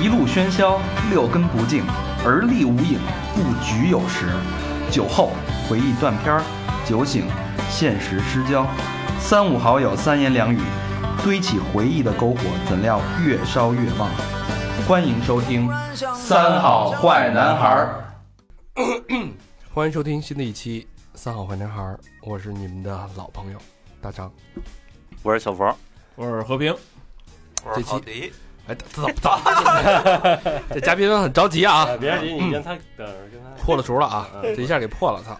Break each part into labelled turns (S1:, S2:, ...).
S1: 一路喧嚣，六根不净，而立无影，不局有时。酒后回忆断片儿，酒醒现实失焦。三五好友三言两语，堆起回忆的篝火，怎料越烧越旺。欢迎收听《三好坏男孩儿
S2: 欢迎收听新的一期《三好坏男孩》，我是你们的老朋友大张。
S3: 我是小冯，
S4: 我是和平，
S2: 这期哎，怎么怎么？这嘉宾们很着急啊，
S3: 别着急，你跟他等着跟他
S2: 破了除了啊，
S3: 嗯
S2: 这一下给破了，操！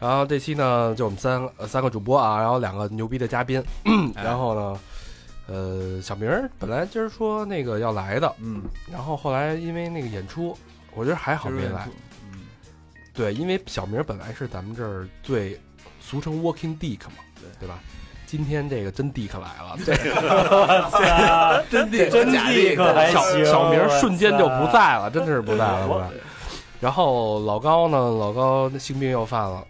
S2: 然后这期呢，就我们三呃三个主播啊，然后两个牛逼的嘉宾， 然后呢，呃，小明儿本来今儿说那个要来的，
S4: 嗯，
S2: 然后后来因为那个演出，我觉得还好没来。对，因为小明本来是咱们这儿最俗称 walking dick 嘛，对对吧？今天这个真 dick 来了，这
S4: 真的真的可还
S2: 小
S4: 行，
S2: 小明瞬间就不
S4: 我操，
S2: 在了，真的是不在了，不在了。然后老高呢，老高那性病又犯了，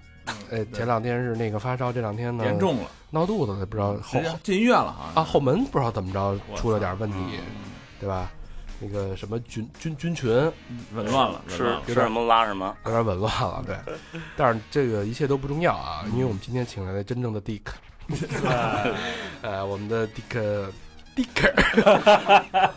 S2: 哎，前两天是那个发烧，这两天呢
S4: 嗯严重了，
S2: 闹肚子了，不知道
S4: 直
S2: 后
S4: 接进医院了好
S2: 啊
S4: 像
S2: 后门不知道怎么着
S4: 我操嗯
S2: 出了点问题，对吧？那个什么菌菌菌群
S4: 紊乱了，
S3: 吃
S2: 有
S3: 吃
S2: 点
S3: 什么拉什么，
S2: 有点紊乱了，对。但是这个一切都不重要啊，因为我们今天请来了真正的 Dick，呃，我们的 Dick Dick，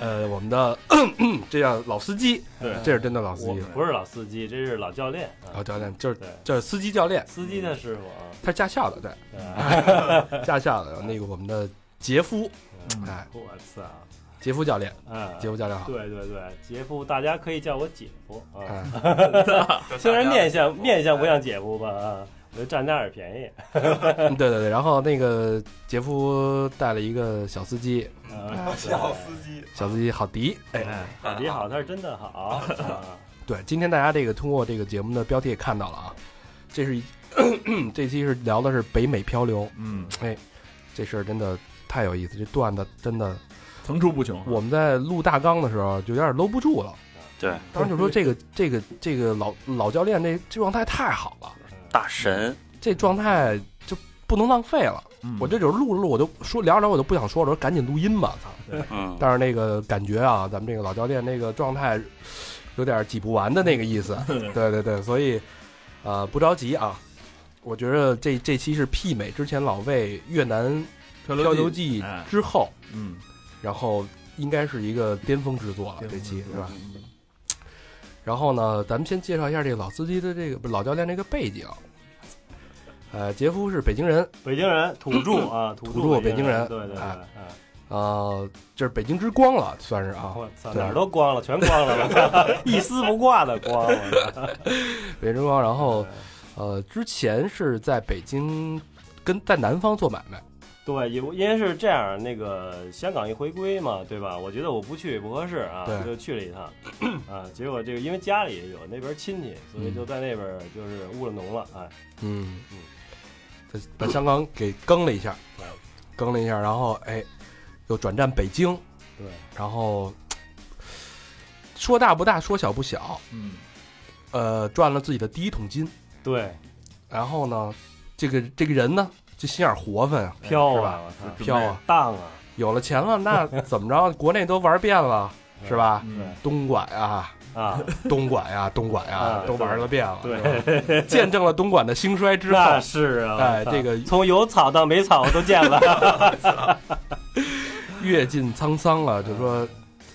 S2: 呃， 我们的 这样老司机，
S5: 对
S2: 这是真的老司
S5: 嗯我
S2: 机，
S5: 不是老司机，这是老教练。
S2: 老
S5: 啊，
S2: 教练，就是
S5: 对，
S2: 就是司机教练，
S5: 司机的师傅啊
S2: 他是驾校的，对，
S5: 对 啊。
S2: 驾校的那个我们的杰夫，哎，
S5: 我操！
S2: 杰夫教练，
S5: 啊嗯，
S2: 杰夫教练好，
S5: 对对对，杰夫，大家可以叫我姐夫啊。
S2: 哎，
S5: 虽然面相面相不像姐夫吧，啊，我就占那点便宜。
S2: 对嗯对对，然后那个杰夫带了一个小司机，
S5: 啊，
S6: 小司机，
S2: 小司机好迪，哎，
S5: 好你好，他是真的好。啊
S2: 对，今天大家这个通过这个节目的标题也看到了啊，这是一 这期是聊的是北美漂流，
S4: 嗯，
S2: 哎，这事儿真的太有意思，这段子真
S4: 嗯
S2: 的，
S4: 层出不穷，
S2: 我们在录大纲的时候就有点搂不住了，
S3: 对，
S2: 当时就说 这个这个这个老老教练这这状态太好了，
S3: 大神，
S2: 这状态就不能浪费了，
S4: 嗯
S2: 我这就是录着录我就说聊着聊我就不想说了，我说赶紧录音吧，操！
S3: 嗯，
S2: 但是那个感觉啊，咱们这个老教练那个状态有点挤不完的那个意思。对对对，所以呃不着急啊，我觉得这这期是媲美之前老魏越南
S4: 漂
S2: 漂流
S4: 流
S2: 记
S4: 哎
S2: 之后，
S4: 嗯，
S2: 然后应该是一个巅峰之作了，这期是吧？
S4: 嗯？
S2: 然后呢，咱们先介绍一下这个老司机的这个不是老教练这个背景。呃，杰夫是北京人，
S5: 北京人，土 著啊，土
S2: 土著
S5: 北
S2: 北
S5: 人。
S2: 京
S5: 对
S2: 人
S5: 对对，
S2: 哎
S5: 啊
S2: 呃，这是北京之光了，算是啊，
S5: 我操，
S2: 对
S5: 哪儿都光了，全光了，我 操，一丝不挂的光。我操
S2: 北京之光。然后呃，之前是在北京跟在南方做买卖，
S5: 对，因因为是这样，那个香港一回归嘛，对吧？我觉得我不去也不合适啊，
S2: 对
S5: 就去了一趟，啊，结果这个因为家里有那边亲戚，所以就在那边就是务了农了，哎，
S2: 嗯
S5: 嗯，
S2: 在把香港给更了一下
S5: 对，
S2: 更了一下，然后哎，又转战北京，
S5: 对，
S2: 然后说大不大，说小不小，
S4: 嗯，
S2: 呃，赚了自己的第一桶金，
S5: 对，
S2: 哎然后呢，这个这个人呢，这心眼儿活泛啊，
S5: 飘
S2: 是
S5: 啊
S2: 吧，
S5: 我操，
S2: 飘啊，
S5: 荡啊，
S2: 有了钱了，那怎么着，国内都玩遍了，是吧？
S4: 嗯
S2: 东莞啊，
S5: 啊，
S2: 东莞 啊，东莞啊
S5: 啊，
S2: 都玩了遍了，
S5: 对，
S2: 对，见证了东莞的兴衰之后，
S5: 那是啊，
S2: 哎
S5: 我操
S2: 这个
S5: 从有草到没草我都 见了，
S2: 阅尽沧桑了，就说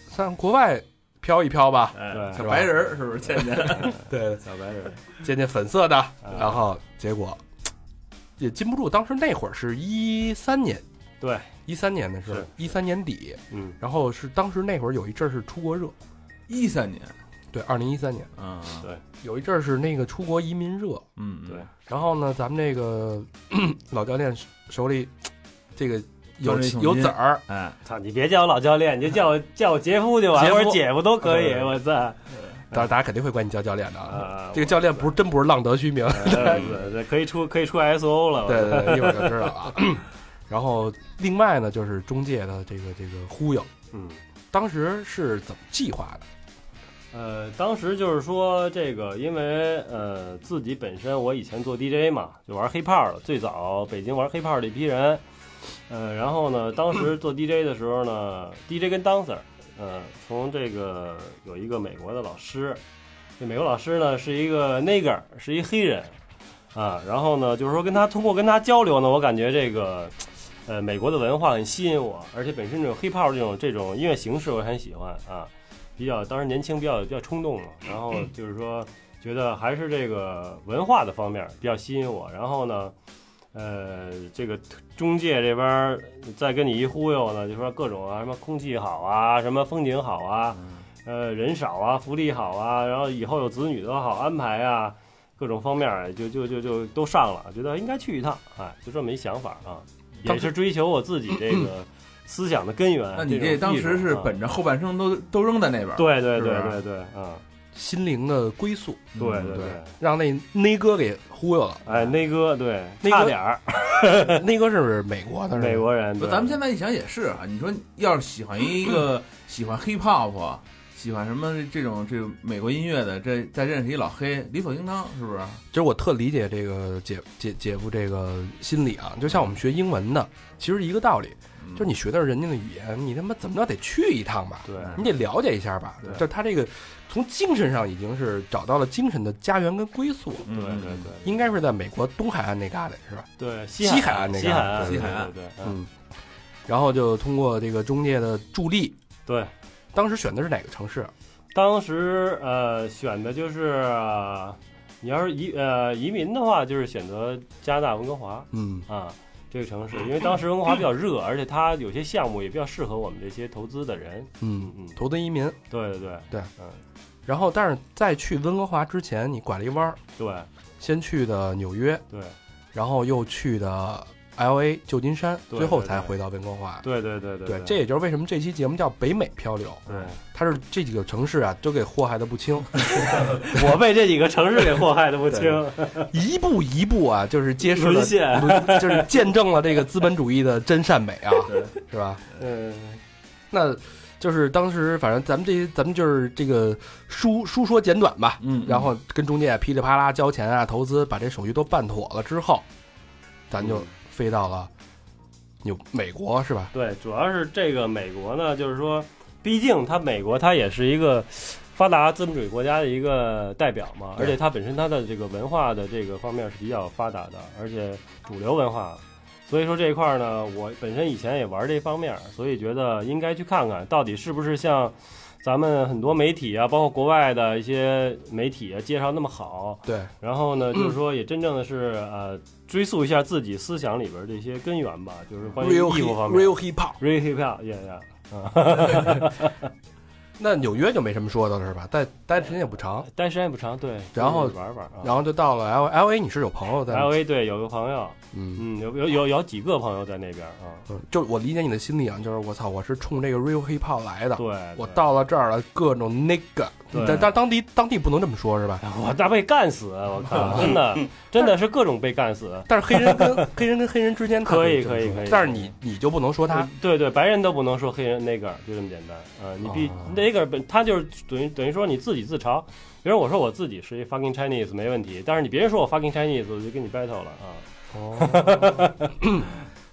S2: 上国外飘一飘吧，
S4: 哎，
S5: 对
S6: 嗯
S4: 小白人儿是不是？倩 倩，
S2: 对，
S5: 小白人，
S2: 见见粉色的，
S5: 嗯
S2: 然后结果也禁不住，当时那会儿是一三年，
S5: 对，
S2: 一三年的时候
S5: 是，
S2: 一三年底，
S5: 嗯，
S2: 然后是当时那会儿有一阵儿是出国热，
S4: 一三年，
S2: 对，二零一三年
S4: 嗯
S2: 有一阵儿是那个出国移民热，
S4: 嗯，
S5: 对，
S2: 然后呢，咱们这个 老教练手里这个有
S4: 赚了一桶
S2: 有
S4: 金
S2: 子儿，
S4: 哎，
S5: 操，你别叫我老教练，你 就叫我叫我杰夫就
S2: 嗯
S5: 完，
S2: 杰夫
S5: 或者姐夫都 可以，
S2: 对
S5: 我操，
S2: 当然大家肯定会管你叫教练的啊，
S5: 啊，
S2: 这个教练不是真不是浪得虚名，
S5: 个哎可以出可以出 S O 了，我操
S2: 对对， 对，一会儿就知道了。啊 然后另外呢，就是中介的这个这个忽悠，
S5: 嗯。
S2: 当时是怎么计划的？
S5: 呃，当时就是说这个，因为呃自己本身我以前做 DJ 嘛，就玩黑炮的，最早北京玩黑炮的一批人，呃，然后呢，当时做 DJ 的时候呢，DJ 跟 dancer，呃，从这个有一个美国的老师，这美国老师呢是一个 nigger，是一黑人，啊，然后呢，就是说跟他通过跟他交流呢，我感觉这个，呃，美国的文化很吸引我，而且本身这种 hiphop 这种这种音乐形式我也很喜欢啊，比较当时年轻比较比较冲 动嘛，然后就是说觉得还是这个文化的方面比较吸引我，然后呢。呃，这个中介这边儿再跟你一忽悠呢，就说各种啊，什么空气好啊，什么风景好啊，
S6: 嗯
S5: 呃，人少啊，福利好啊，然后以后有子女都好安排啊，各种方面儿就就就就都上了，觉得应该去一趟，哎，就这么一想法啊，
S6: 当
S5: 也
S6: 时
S5: 是追求我自己这个思想的根源。
S6: 那你这
S5: 哎这种
S6: 当
S5: 意识
S6: 时是
S5: 啊
S6: 本着后半生都都扔在那边儿，
S5: 对对
S6: 是
S5: 对
S6: 吧
S5: 对对，啊，
S2: 心灵的归宿，
S5: 对
S6: 嗯
S2: 对
S5: 对对，
S2: 让那那哥给忽悠了。
S5: 哎，那哥对，
S2: 那
S5: 差
S2: 哥
S5: 点
S6: 啊
S5: 儿，
S2: 那哥是不是美国的？是吧
S5: 美国人，
S6: 不，
S5: 对
S6: 咱们现在一想也是啊，你说要是喜欢一个喜欢 hip hop，喜欢什么这种这种美国音乐的，这再认识一老黑，理所应当，是不是？
S2: 就是我特理解这个姐姐姐夫这个心理啊，就像我们学英文的，其实一个道理，
S6: 嗯
S2: 就是你学的是人家的语言，你他妈怎么着得去一趟吧，
S5: 对
S2: 你得了解一下吧。
S6: 对
S2: 就他这个从精神上已经是找到了精神的家园跟归宿，
S6: 嗯
S5: 对对对对。
S2: 应该是在美国东海岸那旮瘩是吧？
S5: 对，西
S2: 西海
S5: 海
S2: 岸那
S5: 西
S2: 个
S5: 海岸，
S6: 西
S5: 对
S6: 海岸
S5: 对对，嗯
S2: 嗯，然后就通过这个中介的助力，
S5: 对。
S2: 当时选的是哪个城市？啊
S5: 当时呃选的就是，呃你要是移呃移民的话，就是选择加拿大温哥华
S2: 嗯，
S5: 啊这个城市，因为当时温哥华比较热，而且它有些项目也比较适合我们这些投资的人。
S2: 嗯
S5: 嗯嗯，
S2: 投奔移民。
S5: 对对对
S2: 对
S5: 嗯
S2: 然后，但是在去温哥华之前，你拐了一弯儿，
S5: 对
S2: 先去的纽约，
S5: 对
S2: 然后又去的 L A 旧金山，
S5: 对
S2: 最后才回到温哥华。
S5: 对对对对
S2: 这也就是为什么这期节目叫《北美漂流》，
S5: 对，
S2: 它是这几个城市啊都给祸害的不 轻，
S5: 我被这几个城市给祸害的不轻，
S2: 一步一步啊，就是揭示了
S5: 沦，陷。
S2: 沦 就是见证了这个资本主义的真善美啊，是吧？
S5: 嗯，
S2: 那就是当时反正咱们这咱们就是这个书书说简短吧，
S6: 嗯
S2: 然后跟中介噼里啪啦交钱啊，投资把这手续都办妥了之后，咱
S5: 嗯
S2: 就飞到了纽美国是吧？
S5: 对，主要是这个美国呢，就是说，毕竟它美国它也是一个发达资本主义国家的一个代表嘛，
S2: 对
S5: 而且它本身它的这个文化的这个方面是比较发达的，而且主流文化，所以说这一块儿呢，我本身以前也玩这方面儿，所以觉得应该去看看到底是不是像咱们很多媒体啊，包括国外的一些媒体啊介绍那么好，
S2: 对，
S5: 然后呢，就是说也真正的是呃追溯一下自己思想里边儿的一些根源吧，就是关于
S2: Real
S5: 艺术
S2: hip
S5: 方面。
S2: real hip hop。
S5: Really hip hop，yeah yeah，
S2: 那纽约就没什么说的了是吧？待待的时间也不长，
S5: 但时间也不长，对。
S2: 然后
S5: 就是玩玩啊，
S2: 然后就到了 L L A，你是有朋友在
S5: L A 对有个朋友，
S2: 嗯。
S5: 嗯，有有有有几个朋友在那边啊，
S2: 嗯就是我理解你的心理啊，就是我操，我是冲这个 real hip hop 来的，
S5: 对，
S2: 我
S5: 对，
S2: 到了这儿了，各种那个，
S5: 对
S2: 但但当地当地不能这么说是 吧？
S5: 我大被干死，我 靠，真的真的是各种被干死，
S2: 但是黑人跟黑人跟黑人之间他
S5: 可以
S2: 这么
S5: 可以
S2: 说
S5: 可以
S2: 但是你你就不能说他，
S5: 对对，白人都不能说黑人那个，就这么简单啊，你必
S2: 哦
S5: 那个本他就是等于等于说你自己自嘲，比如我说我自己是一 fucking Chinese 没问题，但是你别人说我 fucking Chinese 我就跟你 battle 了啊，嗯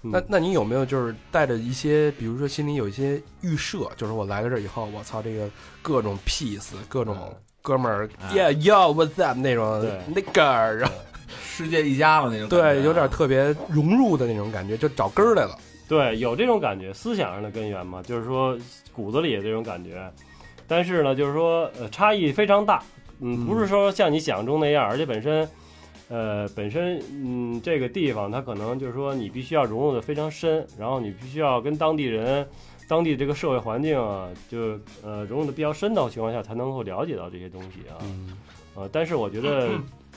S2: 那那你有没有就是带着一些，比如说心里有一些预设，就是我来了这儿以后，我操这个各种 peace，各种
S5: 嗯
S2: 哥们儿
S6: 嗯
S2: ，yeah yo what's up 那种
S5: 对
S2: 那个儿，然后
S6: 世界一家了那种感觉啊，
S2: 对，有点特别融入的那种感觉，就找根儿来了。
S5: 对，有这种感觉，思想上的根源嘛，就是说骨子里的这种感觉。但是呢，就是说呃，差异非常大，嗯，
S2: 嗯
S5: 不是说像你想象中那样，而且本身，呃，本身嗯，这个地方它可能就是说你必须要融入的非常深，然后你必须要跟当地人、当地这个社会环境啊，就呃融入的比较深的情况下，才能够了解到这些东西啊。
S2: 嗯，
S5: 呃，但是我 觉得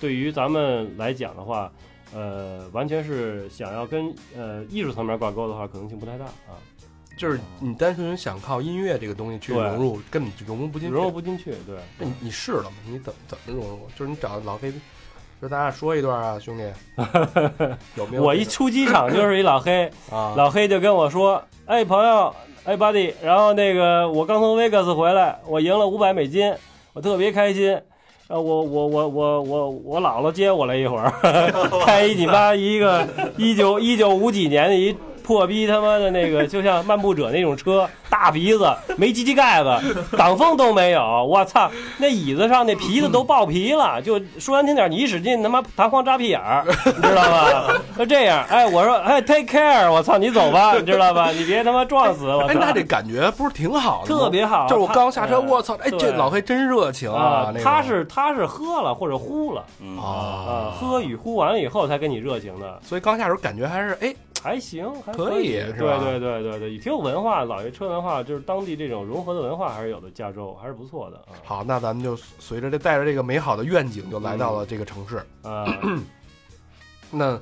S5: 对于咱们来讲的话，呃，完全是想要跟呃艺术层面挂钩的话，可能性不太大啊，
S2: 就是你单纯想靠音乐这个东西去
S5: 对
S2: 融入，根本就融入不进去。
S5: 融入不进去。对，
S2: 那你你试了吗？你怎么怎么融入？就是你找老黑，就咱俩说一段啊， 兄弟，有没有这个？
S5: 我一出机场就是一老黑，
S2: 啊，
S5: 老黑就跟我说：“哎，朋友，哎，buddy，然后那个我刚从 Vegas 回来，我赢了五百美金，我特别开心。”呃，我我我我我我 姥姥接我了一会儿，开一米八一个一九一九五几年的一破逼他妈的那个，就像漫步者那种车，大鼻子，没机器盖子，挡风都没有。我操，那椅子上那皮子都爆皮了。就说难听点，你一使劲，他妈弹簧扎屁眼儿，你知道吧？ 就这样，哎，我说，哎，take care，我操，你走吧，你知道吧？你别他妈撞死我
S2: 哎，
S5: 操。
S2: 那这感觉不是挺好的吗？
S5: 特别好，
S2: 就是我
S5: 他
S2: 刚下车，
S5: 呃
S2: 我操！哎，
S5: 对
S2: 这老黑真热情
S5: 啊，
S2: 那
S5: 他
S2: 种
S5: 是他是喝了或者呼了
S3: 嗯
S5: 啊，
S2: 啊，
S5: 喝与呼完了以后才跟你热情的，
S2: 所以刚下手感觉还是哎，
S5: 还行，还
S2: 可以
S5: 以，
S2: 是吧
S5: 对对对对对，也挺有文化，老爷车文化就是当地这种融合的文化还是有的，加州还是不错的啊。
S2: 好，那咱们就随着这带着这个美好的愿景，就来到
S5: 嗯
S2: 了这个城市。
S5: 啊，
S2: 那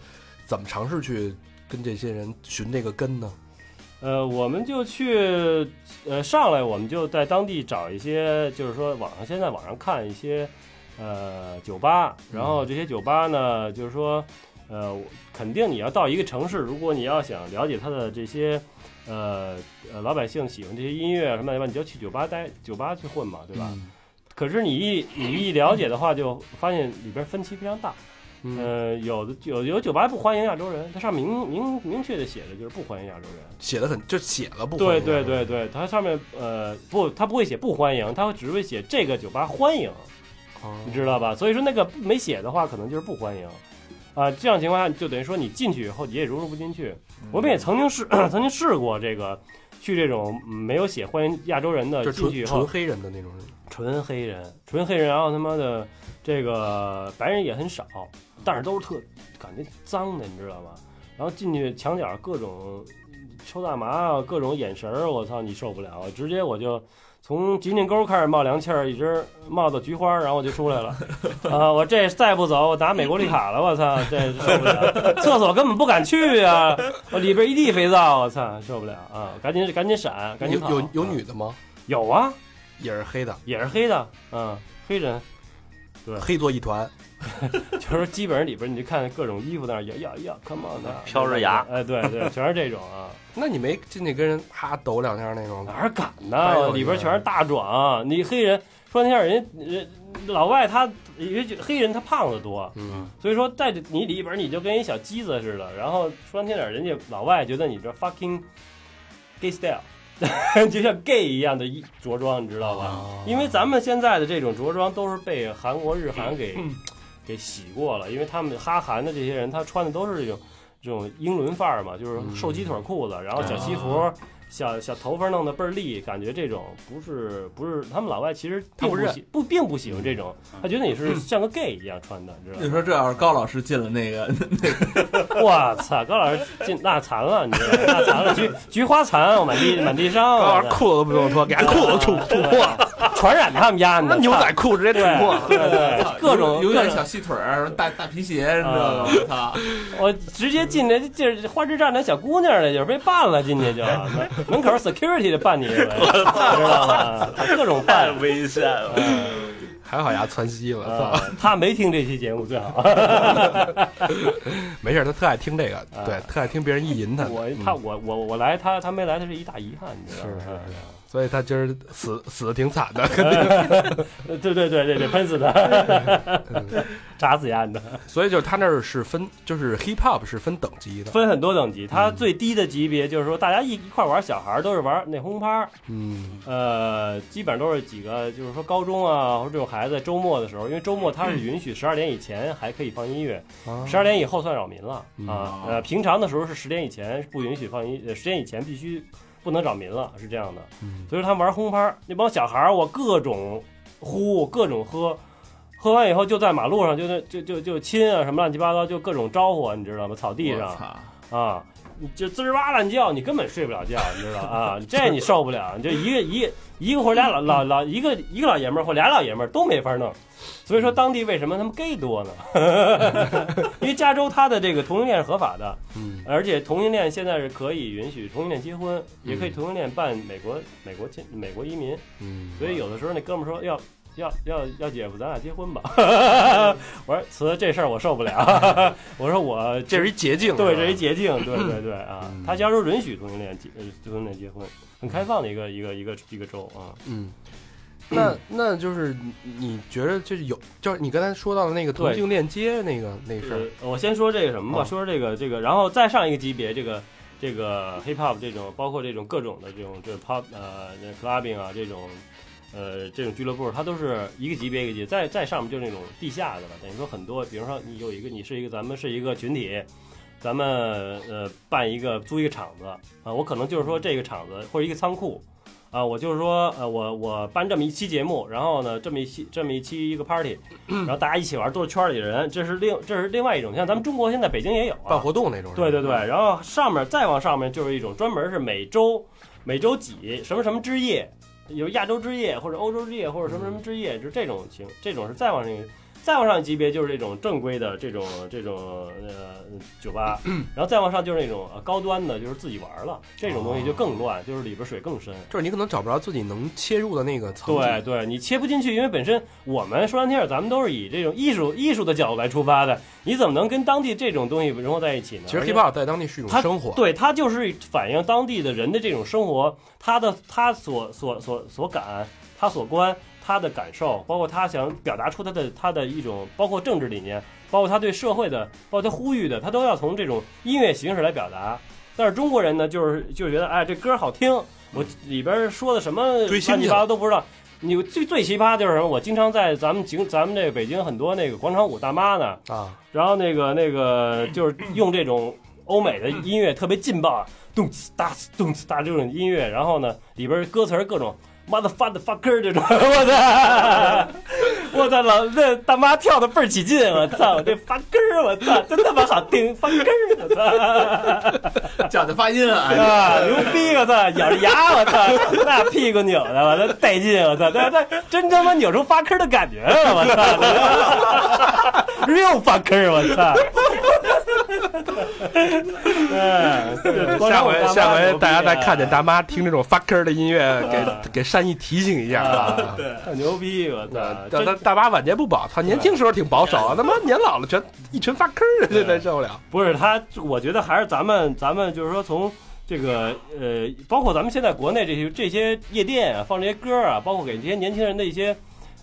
S2: 怎么尝试去跟这些人寻这个根呢？
S5: 呃，我们就去，呃，上来我们就在当地找一些，就是说网上现在网上看一些，呃，酒吧，然后这些酒吧呢，就是说，呃，我肯定你要到一个城市，如果你要想了解它的这些，呃呃，老百姓喜欢这些音乐啊什么乱七八糟，你就去酒吧待，酒吧去混嘛，对吧？可是你一你一了解的话，就发现里边分歧非常大。
S2: 嗯，
S5: 呃，有的有有酒吧不欢迎亚洲人，它上明明明确的写着就是不欢迎亚洲人。
S2: 写的很，就写了不？
S5: 对对，对对，它上面呃不，它不会写不欢迎，它会只会写这个酒吧欢迎，
S2: 哦
S5: 你知道吧？所以说那个没写的话，可能就是不欢迎。啊、这样情况下就等于说你进去以后你也融入不进去。
S2: 嗯
S5: 我们也曾经试 曾经试过这个，去这种嗯没有写欢迎亚洲人的
S2: 就
S5: 进
S2: 纯
S5: 去以
S2: 纯
S5: 后，
S2: 黑人的那种人。
S5: 纯黑人，纯黑人，然后他妈的这个白人也很少，但是都是特感觉脏的，你知道吧？然后进去墙角各种抽大麻啊，各种眼神儿，我操，你受不了，直接我就从吉林沟开始冒凉气儿，一直冒到菊花，然后我就出来了。啊、我这再不走，我拿美国绿卡了，我操，这受不了，厕所根本不敢去啊，我里边一地肥皂，我操，受不了啊，赶紧赶紧闪，赶紧跑
S2: 有有有
S5: 啊
S2: 女的吗？
S5: 有啊。
S2: 也是黑的，
S5: 也是黑的，嗯，黑人，
S2: 黑作一团。
S5: 就是基本上里边你就看各种衣服在那儿摇摇摇，come on，那
S3: 飘着牙
S5: 哎，对对，全是这种啊，
S2: 那你没进去跟人啪抖两下那种
S5: 哪？儿敢
S2: 哪有
S5: 呢？
S2: 人
S5: 里边全是大壮啊，你黑人说那天人人老外他也许黑人他胖子多，
S2: 嗯，
S5: 所以说在这你里边你就跟一小鸡子似的，然后说难听点，人家老外觉得你这 fucking gay style。就像 gay 一样的衣着装，你知道吧？
S2: 哦
S5: 因为咱们现在的这种着装都是被韩国、日韩给、
S2: 嗯
S5: 给洗过了，因为他们哈韩的这些人，他穿的都是这种这种英伦范儿嘛，就是
S2: 嗯
S5: 瘦鸡腿裤子，然后小西服。
S2: 哦
S5: 小小头发弄得倍儿立，感觉这种不是不是他们老外其实
S2: 他
S5: 并
S2: 不
S5: 不
S2: 认嗯
S5: 喜不并不喜欢这种，他觉得你是像个 gay 一样穿的，你知道
S6: 你
S5: 吗？
S6: 说这要是高老师进了那个，
S5: 我操，高老师进那残了，你知道吗？那残了，菊菊花残，我满地满地伤
S2: 高
S5: 啊，
S2: 老师裤子都不用脱，给人裤子吐
S5: 啊
S2: 吐破了，
S5: 传染他们家呢，
S2: 那牛仔裤直接吐
S5: 对
S2: 破了。
S5: 对对，各种
S6: 有有
S5: 各
S6: 点
S5: 种嗯
S6: 小细腿儿，大大皮鞋，你知
S5: 啊
S6: 道吗？我操！
S5: 我直接进来，就是花枝站那小姑娘了，就是被办了进去就，
S6: 哎
S5: 门门口 security 就办你了，知道吗？各种
S3: 太
S5: 办。
S3: 危险了。
S2: 还好牙窜稀了，操
S5: 啊，他没听这期节目最 好，
S2: 没事，他特爱听这个，对，特爱听别人意淫他。
S5: 啊我
S2: 嗯
S5: 他我我我来他他没来，他是一大遗憾，你知道吗？
S2: 所以他今儿死死的挺惨的。
S5: 呃对对对对对，喷死 他，炸死丫的。
S6: 嗯
S2: 所以就是他那儿是分，就是 hip hop 是分等级的。
S5: 分很多等级，它最低的级别就是说大家一一块玩，小孩儿都是玩那轰趴儿，
S2: 嗯，
S5: 呃，基本上都是几个，就是说高中啊，或者这种孩子周末的时候，因为周末它是允许十二点以前还可以放音乐，十二点以后算扰民了啊。呃，平常的时候是十点以前是不允许放音，呃，十点以前必须不能扰民了，是这样的。所以说他们玩轰趴儿，那帮小孩儿我各种呼，各种喝。喝完以后就在马路上就那就就就亲啊什么乱七八糟就各种招呼啊，你知道吗？草地上
S6: 我，操！
S5: 啊，你就滋儿哇乱叫，你根本睡不了觉，你知道 啊？这你受不了，你就一个一一个或者俩老
S6: 嗯
S5: 老老一个一个老爷们儿或俩老爷们儿都没法弄。所以
S6: 嗯
S5: 说当地为什么他们 gay 多呢？ 因为加州它的这个同性恋是合法的，
S2: 嗯，
S5: 而且同性恋现在是可以允许同性恋结婚，也
S6: 嗯
S5: 可以同性恋办美国美国亲美国移民。
S2: 嗯，
S5: 所以有的时候那哥们儿说要要要要姐夫，咱俩结婚吧。 我说辞这事儿我受不了。 我说我
S2: 这是一捷径。吧
S5: 对，这一捷径，对对对啊
S2: 嗯，
S5: 他加州允许同性恋结呃同性恋结婚，很开放的一个一个一个一个州啊。
S2: 嗯。那那就是你你觉得就是有，就是你刚才说到的那个同
S5: 对
S2: 性恋街那个那事儿，
S5: 呃我先说这个什么吧，
S2: 啊
S5: 说这个这个，然后再上一个级别，这个这个 hip hop 这种，包括这种各种的这种这 pop 呃这 clubbing 啊这种，呃这种俱乐部，它都是一个级别一个级别，再再上面就是那种地下的了。等于说很多，比如说你有一个你是一个咱们是一个群体，咱们呃办一个租一个场子啊、我可能就是说这个场子或者一个仓库。啊，我就是说，呃，我我办这么一期节目，然后呢，这么一期这么一期一个 party，然后大家一起玩，都是圈里人，这是另这是另外一种，像咱们中国现在北京也有啊，
S2: 办活动那种。
S5: 对对对，，然后上面再往上面就是一种专门是每周每周几什么什么之夜，有亚洲之夜或者欧洲之夜或者什么什
S2: 嗯
S5: 么之夜，就这种情，这种是再往上一个再往上一级别就是这种正规的这种这种呃酒 吧，然后再往上就是那种呃高端的，就是自己玩了，这种东西
S2: 哦
S5: 就更乱，就是里边水更深。
S2: 就是你可能找不着自己能切入的那个层级。
S5: 对对，你切不进去，因为本身我们说难听点，咱们都是以这种艺术艺术的角度来出发的，你怎么能跟当地这种东西融合在一起呢？
S2: 其实
S5: 而且
S2: hiphop 在当地是一种
S5: 它
S2: 生活，
S5: 对，它就是反映当地的人的这种生活，他的他所所所所感，他所观，他的感受，包括他想表达出他的他的一种，包括政治理念，包括他对社会的，包括他呼吁的，他都要从这种音乐形式来表达。但是中国人呢，就是就觉得，哎，这歌好听，我里边说的什么
S2: 嗯追星
S5: 乱七
S2: 去
S5: 八
S2: 了
S5: 糟都不知道。你最最奇葩就是什么？我经常在咱们景，咱们这个北京很多那个广场舞大妈呢，
S2: 啊，
S5: 然后那个那个就是用这种欧美的音乐特别劲
S2: 嗯
S5: 爆啊，动次打次动次打这种音乐，然后呢里边歌词儿各种 motherfucker 这种，我操，我操老那大妈跳的倍儿起劲，我操这发根儿，我操真他妈好听，发根儿，我操。
S6: 讲的发音
S2: 哎
S6: 啊，
S5: 啊，牛逼！我操，咬着牙，我操，那屁股扭的，我操，带劲！我操，那那真他妈扭出发坑的感觉了，我操 ，real 发坑，我操！哎，
S2: 下回下回大家再
S5: 再
S2: 看见大妈听这种 fucker 的音乐，
S5: 啊
S2: 给给善意提醒一下 啊。
S5: 对，牛逼！我操
S2: 那，大
S5: 啊真
S2: 大大妈晚年不保，他年轻时候挺保守啊，他妈年老了全一群发坑儿，这才受不了。
S5: 不是他，我觉得还是咱们咱们就是说从这个呃，包括咱们现在国内这些这些夜店啊，放这些歌啊，包括给这些年轻人的一些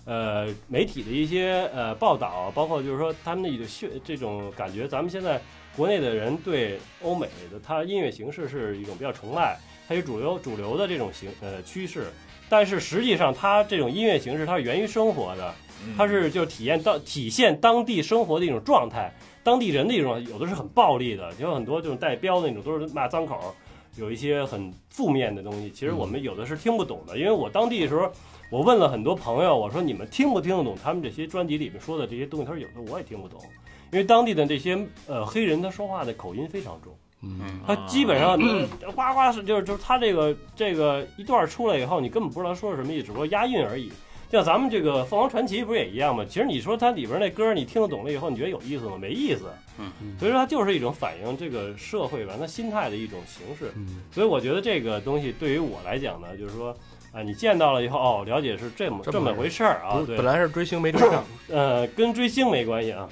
S5: 呃媒体的一些呃报道，包括就是说他们的一种炫这种感觉，咱们现在国内的人对欧美的他音乐形式是一种比较崇拜，它有主流主流的这种形呃趋势，但是实际上它这种音乐形式它是源于生活的。它是就体验当体现当地生活的一种状态，当地人的一种，有的是很暴力的，有很多这种带标的那种，都是骂脏口儿，有一些很负面的东西。其实我们有的是听不懂的，因为我当地的时候，我问了很多朋友，我说你们听不听得懂他们这些专辑里面说的这些东西？他说有的我也听不懂，因为当地的这些呃黑人他说话的口音非常重。
S2: 嗯，
S5: 他基本上呃哗哗是就是就是他这个这个一段出来以后，你根本不知道说什么意思，只不过押韵而已。像咱们这个凤凰传奇不是也一样吗？其实你说它里边那歌你听得懂了以后，你觉得有意思吗？没意思。
S3: 嗯
S2: 嗯
S5: 所以说它就是一种反映这个社会吧，他心态的一种形式。
S2: 嗯
S5: 所以我觉得这个东西对于我来讲呢，就是说啊，你见到了以后哦，了解是这么
S2: 这么
S5: 这么回事儿啊
S2: 不，是
S5: 对
S2: 本，来是追星没追 上，
S5: 呃，跟追星没关系啊。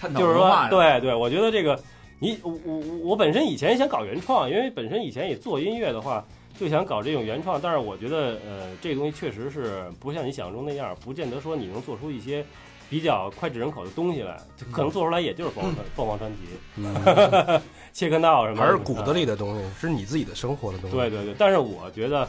S6: 探讨
S5: 就是
S6: 文化
S5: 说，
S6: 呀，
S5: 对对，我觉得这个你我我我本身以前也想搞原创，因为本身以前也做音乐的话，就想搞这种原创，但是我觉得呃，这个东西确实是不像你想象中那样，不见得说你能做出一些比较脍炙人口的东西来，可能做出来也就是凤凰传凤凰传奇、 切克闹什么的，
S2: 还是骨子里的东西，是你自己的生活的东西。
S5: 对对对，但是我觉得，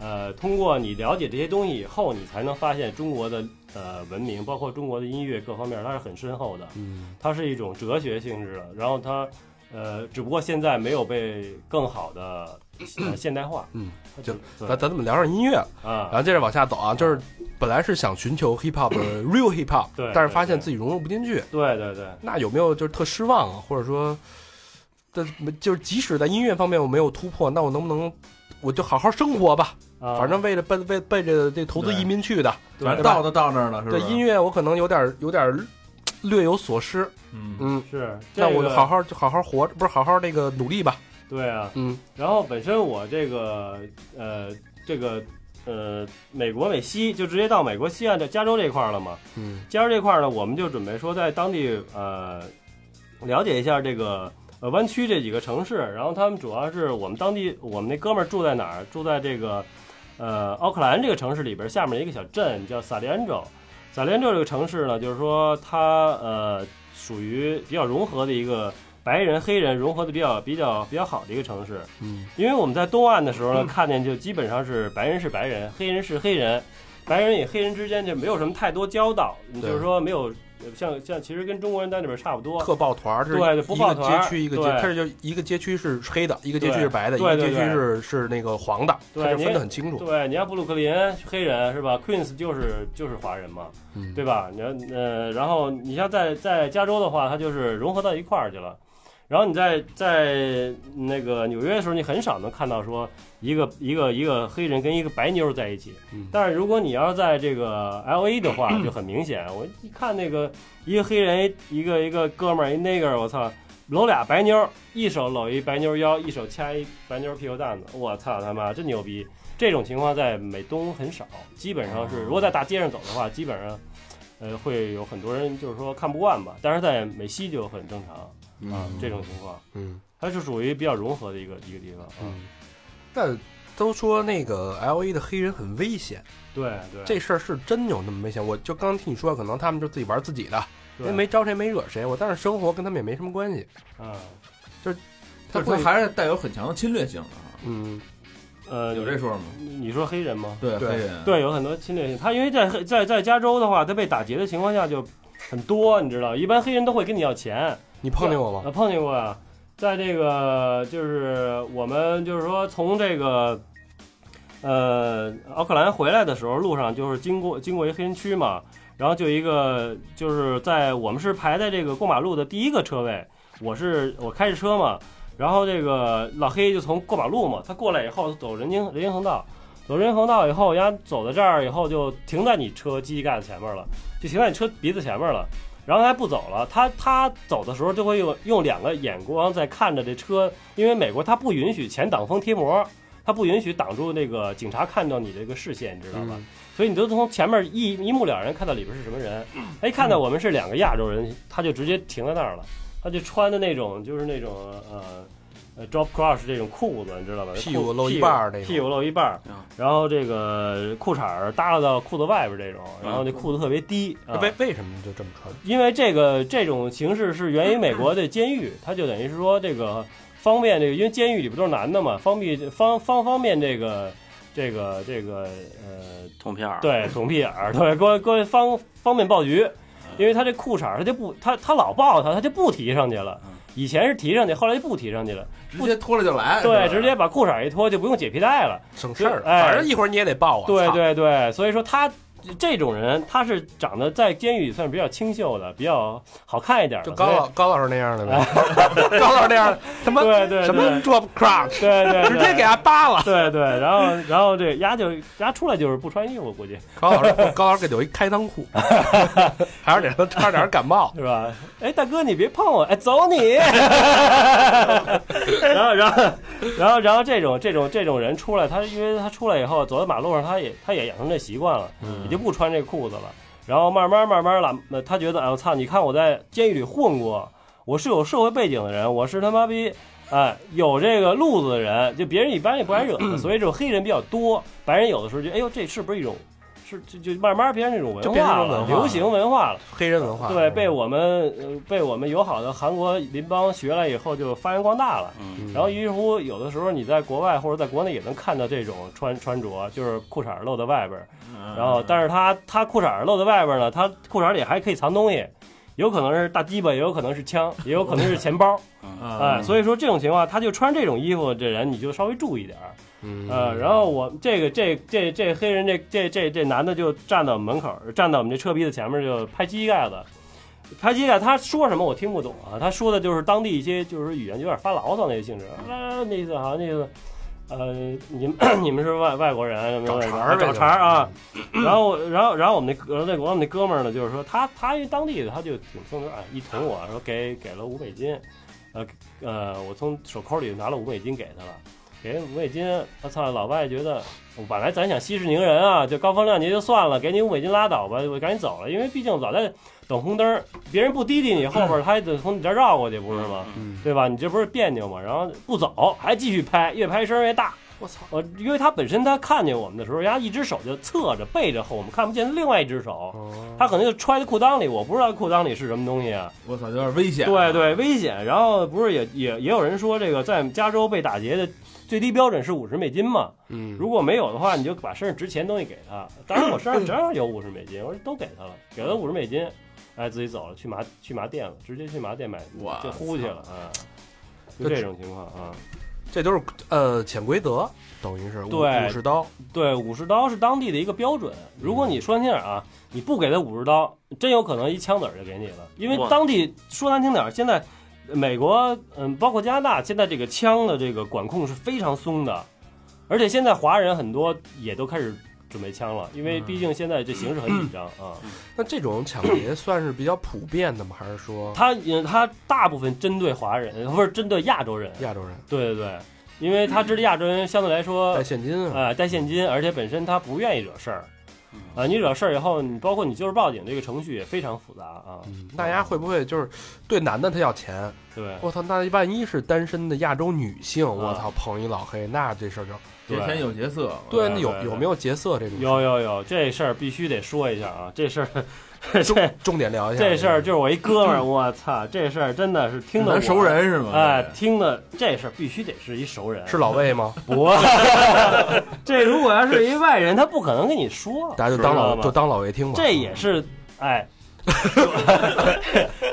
S5: 呃，通过你了解这些东西以后，你才能发现中国的呃文明，包括中国的音乐各方面，它是很深厚的。
S2: 嗯，
S5: 它是一种哲学性质的，然后它，呃，只不过现在没有被更好的、 呃、现代化。
S2: 嗯，
S5: 就
S2: 咱咱怎么聊上音乐了？然
S5: 啊，
S2: 后接着往下走啊，就是本来是想寻求 hip hop 的 real hip hop，
S5: 对
S2: 但是发现自己融入不进去，
S5: 对对对，
S2: 那有没有就是特失望啊？或者说，但就是即使在音乐方面我没有突破，那我能不能我就好好生活吧？
S5: 啊、
S2: 反正为了奔为奔着这投资移民去的，
S5: 对
S6: 反正到都到那儿了，是吧？
S2: 对音，乐我可能有点有点儿略有所失，
S6: 嗯，
S2: 嗯，
S5: 是，
S2: 那我
S5: 这
S2: 就
S5: 个
S2: 好好就好好活着，不是好好那个努力吧，
S5: 对啊，
S2: 嗯
S5: 然后本身我这个呃这个呃美国美西就直接到美国西岸的加州这块儿了嘛。
S2: 嗯
S5: 加州这块儿呢，我们就准备说在当地呃了解一下这个呃湾区这几个城市，然后他们主要是我们当地我们那哥们儿住在哪儿？住在这个呃奥克兰这个城市里边儿下面一个小镇叫萨利安州。萨利安州这个城市呢，就是说它呃属于比较融合的一个白人、黑人融合的比较比较比较好的一个城市。
S2: 嗯
S5: 因为我们在东岸的时候呢，看见就基本上是白人是白人，黑人是黑人，白人与黑人之间就没有什么太多交道，你就是说没有呃像像其实跟中国人在那边差不多。
S2: 特抱团儿是
S5: 对对不
S2: 一
S5: 抱
S2: 个
S5: 团儿
S2: 街区一个街，
S5: 对
S2: 它是就一个街区是黑的，一个街区
S5: 对
S2: 是白的，一
S5: 对
S2: 个
S5: 对
S2: 街区
S5: 对
S2: 是是那个黄的，
S5: 对
S2: 它就
S5: 你
S2: 分得很清楚。
S5: 对，你像布鲁克林黑人是吧？Queens 就是就是华人嘛，
S2: 嗯
S5: 对吧？你要呃，然后你像在在加州的话，它就是融合到一块儿去了。然后你在在那个纽约的时候，你很少能看到说一个一个一个黑人跟一个白妞在一起。
S2: 嗯
S5: 但是如果你要是在这个 L A 的话，就很明显。我一看那个一个黑人，一个一个哥们儿，一那个我操，搂俩白妞，一手搂一白妞腰，一手掐一白妞屁股蛋子，我操他妈真牛逼！这种情况在美东很少，基本上是如果在大街上走的话，基本上。呃，会有很多人就是说看不惯吧，但是在美西就很正常啊，这种情况，
S2: 嗯
S5: 它是属于比较融合的一个一个地方啊。
S2: 嗯，但都说那个 L A 的黑人很危险，
S5: 对对，
S2: 这事儿是真有那么危险。我就刚听你说，可能他们就自己玩自己的，因
S5: 对
S2: 为没招谁没惹谁，我但是生活跟他们也没什么关系。
S5: 啊，
S6: 但是它还是带有很强的侵略性的啊，
S2: 嗯，
S5: 呃，
S6: 有这说吗？嗯
S5: 你你说黑人吗？
S6: 对
S2: 对
S6: 黑人，
S5: 对，有很多侵略性。他因为在黑在在加州的话，他被打劫的情况下就很多，你知道，一般黑人都会跟你要钱。
S2: 你碰见过吗？
S5: 啊，碰见过啊，在这个就是我们就是说从这个呃奥克兰回来的时候，路上就是经过经过一黑人区嘛，然后就一个就是在我们是排在这个过马路的第一个车位，我是我开着车嘛，然后这个老黑就从过马路嘛，他过来以后走人行人行横道。走人行横道以后，人家走到这儿以后就停在你车机盖子前面了，就停在你车鼻子前面了。然后他不走了，他他走的时候就会用用两个眼光在看着这车，因为美国它不允许前挡风贴膜，它不允许挡住那个警察看到你这个视线，你知道
S2: 嗯
S5: 吧？所以你都从前面一一目了然看到里边是什么人。
S2: 嗯
S5: 哎，看到我们是两个亚洲人，他就直接停在那儿了，他就穿的那种就是那种呃呃 drop cross 这种裤子，你知道吧？
S2: 屁股
S5: 裤
S2: 露一半儿那种嗯
S5: 屁股露一半儿
S6: 啊，
S5: 然后这个裤衩儿耷拉到裤子外边儿这种，
S2: 嗯
S5: 然后这裤子特别低。啊
S2: 为为什么就这么穿？
S5: 因为这个这种形式是源于美国的监狱，它就等于是说这个方便这个，因为监狱里边都是男的嘛，方便方方方便这个这个这个呃，
S3: 通片儿，
S5: 对，捅屁眼儿，对，关关方方便爆菊，因为他这裤衩儿他就不他他老抱他，他就不提上去了。以前是提上去，后来就不提上去了，
S6: 直接脱了就来，
S5: 对，
S6: 是吧
S5: 直接把裤衩儿一脱就不用解皮带了。
S2: 省事儿了，
S5: 哎
S2: 反正一会儿你也得抱我。
S5: 对
S2: 操，
S5: 对对，所以说他这种人，他是长得在监狱里算是比较清秀的，比较好看一点的。
S2: 就
S5: 所
S2: 高
S5: 以
S2: 老高老师那样的呗， 高老师那样的他妈
S5: 哎对对
S2: 什么
S5: 对
S2: drop crunch，
S5: 对对，
S2: 直接给他扒了。
S5: 对对，然后然后这丫就丫出来就是不穿衣服，估计
S2: 高老师高老师给留一开裆 裤，还是得他差点感冒。
S5: 是吧？哎，大哥你别碰我，哎，走你！ 然后然后然后然后这种这种这种人出来，他因为他出来以后走在马路上，他也他也养成这习惯了，
S2: 嗯
S5: 也就不穿这裤子了。然后慢慢慢慢了，那他觉得哎我操，你看我在监狱里混过，我是有社会背景的人，我是他妈逼。哎，有这个路子的人，就别人一般也不敢惹的，所以这种黑人比较多，白人有的时候就哎呦，这是不是一种，是就就慢慢变成这种文
S2: 就变成
S5: 化
S2: 一种
S5: 了，
S2: 文化
S5: 流行文化了。
S2: 黑人文化
S5: 对，被我们呃被我们友好的韩国邻邦学了以后，就发扬光大了。
S3: 嗯，
S5: 然后于是乎，有的时候你在国外或者在国内也能看到这种穿穿着，就是裤衩儿露在外边儿，然后但是他他裤衩儿露在外边儿呢，他裤衩儿里还可以藏东西，有可能是大鸡巴，也有可能是枪，也有可能是钱包，
S6: 啊
S5: 哎，所以说这种情况，他就穿这种衣服，这人你就稍微注意点儿。
S2: 嗯
S5: 呃，然后我这个这这这黑人这这这这男的就站到我们门口，站到我们这车鼻子前面就拍膝盖子，拍膝盖。他说什么我听不懂啊，他说的就是当地一些就是语言有点发牢骚那个性质，啊，那意思好像那意思，呃，你们 你们是外外国人，什么
S2: 找
S5: 外国
S2: 茬
S5: 人
S2: 儿呗嗯
S5: 找茬儿啊。 然后我然后然后我们那哥那我们那哥们儿呢，就是说他他因为当地的他就挺聪明，哎，一捅我说给给了五美金，呃呃，我从手扣里拿了五美金给他了。给五美金，我操！老外觉得，本来咱想息事宁人啊，就高风亮节就算了，给你五美金拉倒吧，我赶紧走了，因为毕竟老在等红灯儿，别人不滴滴你后边儿，他还得从你这儿绕过去，不是吗？
S2: 嗯
S5: 对吧？你这不是别扭吗？然后不走，还继续拍，越拍声越大，
S2: 我操，
S5: 呃，因为他本身他看见我们的时候，人家一只手就侧着背着后，我们看不见另外一只手，他可能就揣在裤裆里，我不知道裤裆里是什么东西啊。
S6: 我操，有点危险。啊
S5: 对，对，危险。然后不是也也也有人说，这个在加州被打劫的最低标准是五十美金嘛？
S2: 嗯，
S5: 如果没有的话，你就把身上值钱东西给他。当然我身上正好有五十美金，我说都给他了，给了五十美金，哎，自己走了，去麻去麻店了，直接去麻店买
S6: 哇
S5: 就呼去了啊。就这种情况啊，
S2: 这都是呃潜规则，等于是武
S5: 对
S2: 武士刀，
S5: 对，五十刀是当地的一个标准。如果你说难听点儿啊，你不给他五十刀，真有可能一枪子儿就给你了。因为
S3: 哇
S5: 当地说难听点儿，现在呃美国嗯，包括加拿大，现在这个枪的这个管控是非常松的，而且现在华人很多也都开始准备枪了，因为毕竟现在这形势很紧张啊。
S2: 那这种抢劫算是比较普遍的吗？还是说
S5: 他嗯他大部分针对华人，不是针对亚洲人。
S2: 亚洲人
S5: 对对对，因为他知道亚洲人相对来说
S2: 带现 金啊？
S5: 啊，带现金，而且本身他不愿意惹事儿，
S2: 嗯
S5: 啊，你惹事儿以后，你包括你就是报警这个程序也非常复杂啊，
S2: 嗯，那丫会不会就是对男的他要钱？
S5: 对
S2: 我操，那万一是单身的亚洲女性，我
S5: 啊
S2: 操捧一老黑，那这事儿就
S6: 节前有节色。啊
S2: 对，
S5: 对
S2: 那有
S5: 对
S2: 有没有劫色这种？
S5: 有有有，这事儿必须得说一下啊，这事儿，
S2: 重
S5: 这
S2: 重点聊一下
S5: 这事儿就是我一哥们儿，我操，这事儿真的是听
S6: 咱
S5: 得
S6: 熟
S5: 我，
S6: 人是吗？
S5: 哎，听的这事儿必须得是一熟人，
S2: 是老魏 吗？
S5: 不， 这如果要是一外人，他不可能跟你说，
S2: 大家就当
S5: 知道
S2: 老
S5: 吧
S2: 就当老魏听吧。
S5: 这也是哎，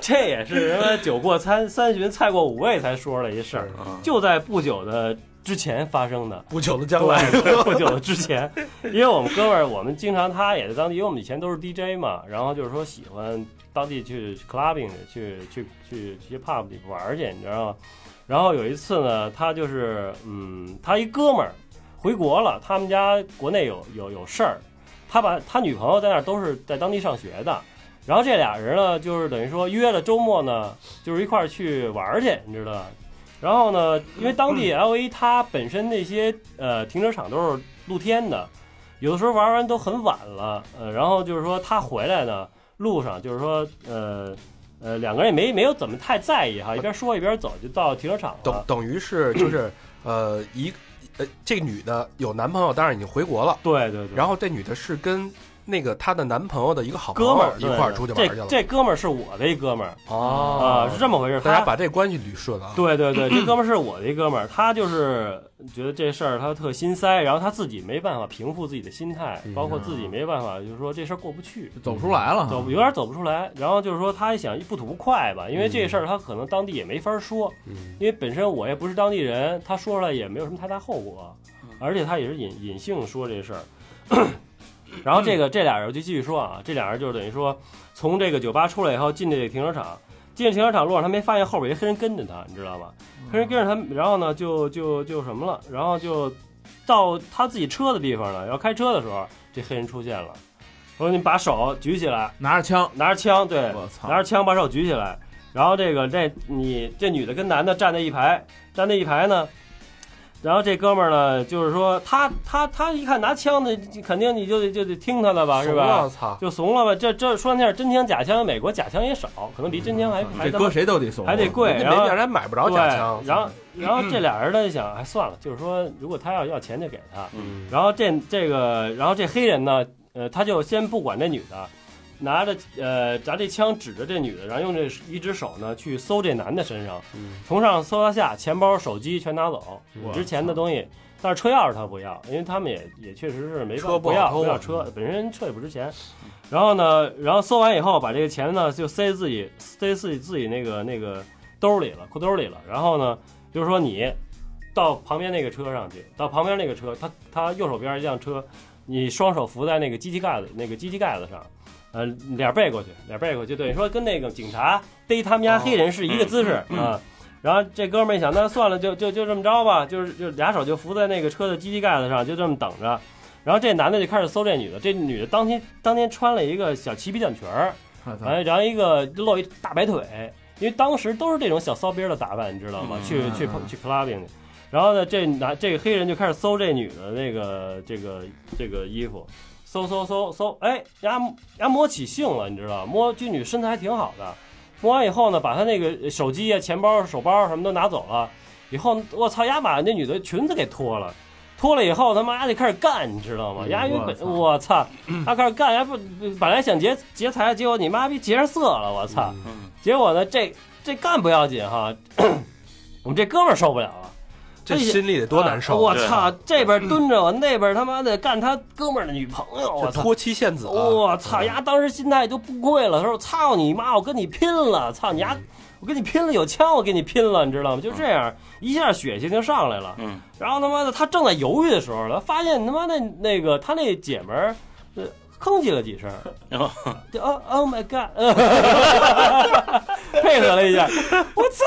S5: 这也是什么酒过三三巡菜过五味才说了一事儿，就在不久的之前发生的。
S2: 不久的将来，
S5: 对，不久的之前，因为我们哥们儿，我们经常他也在当地，因为我们以前都是 DJ 嘛，然后就是说喜欢当地去 clubbing 去去去去 pub 里玩儿去，你知道吗？然后有一次呢，他就是嗯，他一哥们儿回国了，他们家国内有有有事儿，他把他女朋友在那儿都是在当地上学的，然后这俩人呢，就是等于说约了周末呢，就是一块儿去玩儿去，你知道吧？然后呢，因为当地 L A 它本身那些呃停车场都是露天的，有的时候玩完都很晚了，呃，然后就是说他回来呢，路上就是说呃呃两个人也没没有怎么太在意哈，一边说一边走就到停车场
S2: 等
S5: 了。
S2: 等于是就是呃一呃这个女的有男朋友，当然已经回国了。
S5: 对对对，
S2: 然后这女的是跟那个她的男朋友的一个好朋
S5: 哥
S2: 友
S5: 们儿
S2: 一块儿出去玩去了
S5: 这。这哥们儿是我的一哥们儿啊、
S2: 哦
S5: 是这么回事。
S2: 大家
S5: 他
S2: 把这关系捋顺了啊。
S5: 对对对，这哥们儿是我的一哥们儿，他就是觉得这事儿他特心塞，然后他自己没办法平复自己的心态，包括自己没办法，就是说这事儿过不去，
S6: 走不出来了哈，
S5: 走不有点走不出来。然后就是说他一想不吐不快吧，因为这事儿他可能当地也没法说，
S2: 嗯，
S5: 因为本身我也不是当地人，他说出来也没有什么太大后果，而且他也是隐隐性说这事儿。然后这个这俩人就继续说啊，这俩人就是等于说从这个酒吧出来以后进这个停车场，进停车场路上他没发现后边有一黑人跟着他，你知道吗？黑人跟着他，然后呢就就就什么了，然后就到他自己车的地方了，然后开车的时候这黑人出现了，说你把手举起来，
S6: 拿着枪，
S5: 拿着枪，对，
S6: 我操
S5: 拿着枪把手举起来，然后这个这你这女的跟男的站在一排，站在一排呢，然后这哥们儿呢，就是说他他他一看拿枪的，肯定你就得就得听他的吧，是
S2: 怂
S5: 吧
S2: 了，？操！
S5: 就怂了吧，这这说那真枪假枪，美国假枪也少，可能比真枪还还
S6: 这
S5: 他
S6: 搁
S5: 妈
S6: 谁都得怂，
S5: 还得贵，
S2: 人
S5: 然后
S2: 家人买不着
S5: 对，
S2: 假枪，
S5: 然后然后这俩人呢就想，哎，算了，就是说如果他要要钱就给他。
S2: 嗯
S5: 然后这这个，然后这黑人呢，呃，他就先不管这女的，拿着呃拿这枪指着这女的，然后用这一只手呢去搜这男的身上，
S2: 嗯
S5: 从上搜到下，钱包、手机全拿走，
S6: 哇
S5: 值钱的东西。但是车钥匙他不要，因为他们也也确实是没办
S2: 车不
S5: 不
S2: 好
S5: 要
S2: 偷啊
S5: 不要车，本身车也不值钱。然后呢，然后搜完以后，把这个钱呢就塞自己塞自己自己那个那个兜里了，裤兜里了。然后呢，就是说你到旁边那个车上去，到旁边那个车，他他右手边一辆车，你双手扶在那个机器盖子那个机器盖子上，呃，脸背过去，脸背过去，对，说跟那个警察逮他们家黑人是一个姿势啊、然后这哥们儿一想，那算了，就就就这么着吧，就是就俩手就扶在那个车的机器盖子上，就这么等着。然后这男的就开始搜这女的，这女的当天当天穿了一个小齐皮短裙儿，
S6: 我操，
S5: 完哎了然后一个露一大白腿，因为当时都是这种小骚逼儿的打扮，你知道吗？
S3: 嗯
S5: 去
S6: 嗯
S5: 去
S6: 嗯
S5: 去 clubbing 去。然后呢，这男这个黑人就开始搜这女的那个这个这个衣服，搜搜搜搜，哎，丫丫摸起性了，你知道吗，摸这女身材还挺好的。摸完以后呢，把她那个手机啊、钱包、手包什么都拿走了。以后我操，丫把那女的裙子给脱了，脱了以后，他妈就开始干，你知道吗？丫因为本嗯我操，他开始干，丫不本来想劫劫财，结果你妈逼劫上色了，我操！
S3: 嗯
S5: 结果呢，这这干不要紧哈， 我们这哥们儿受不了了。啊
S2: 这心里得多难受！啊
S5: 我操，这边蹲着我，那边他妈的干他哥们儿的女朋友，我
S2: 这
S5: 操！
S2: 脱妻献子啊，
S5: 我操！丫当时心态就崩溃了，说：“操你妈！我跟你拼了！操你丫！我跟你拼了！有枪我跟你拼了！你知道吗？”就这样，一下血性就上来了。
S3: 嗯，
S5: 然后他妈的，他正在犹豫的时候，他发现他妈的那个他那姐们儿，呃，吭叽了几声，
S3: 哦
S5: 就哦 Oh my God，呃 配合了一下， 我操！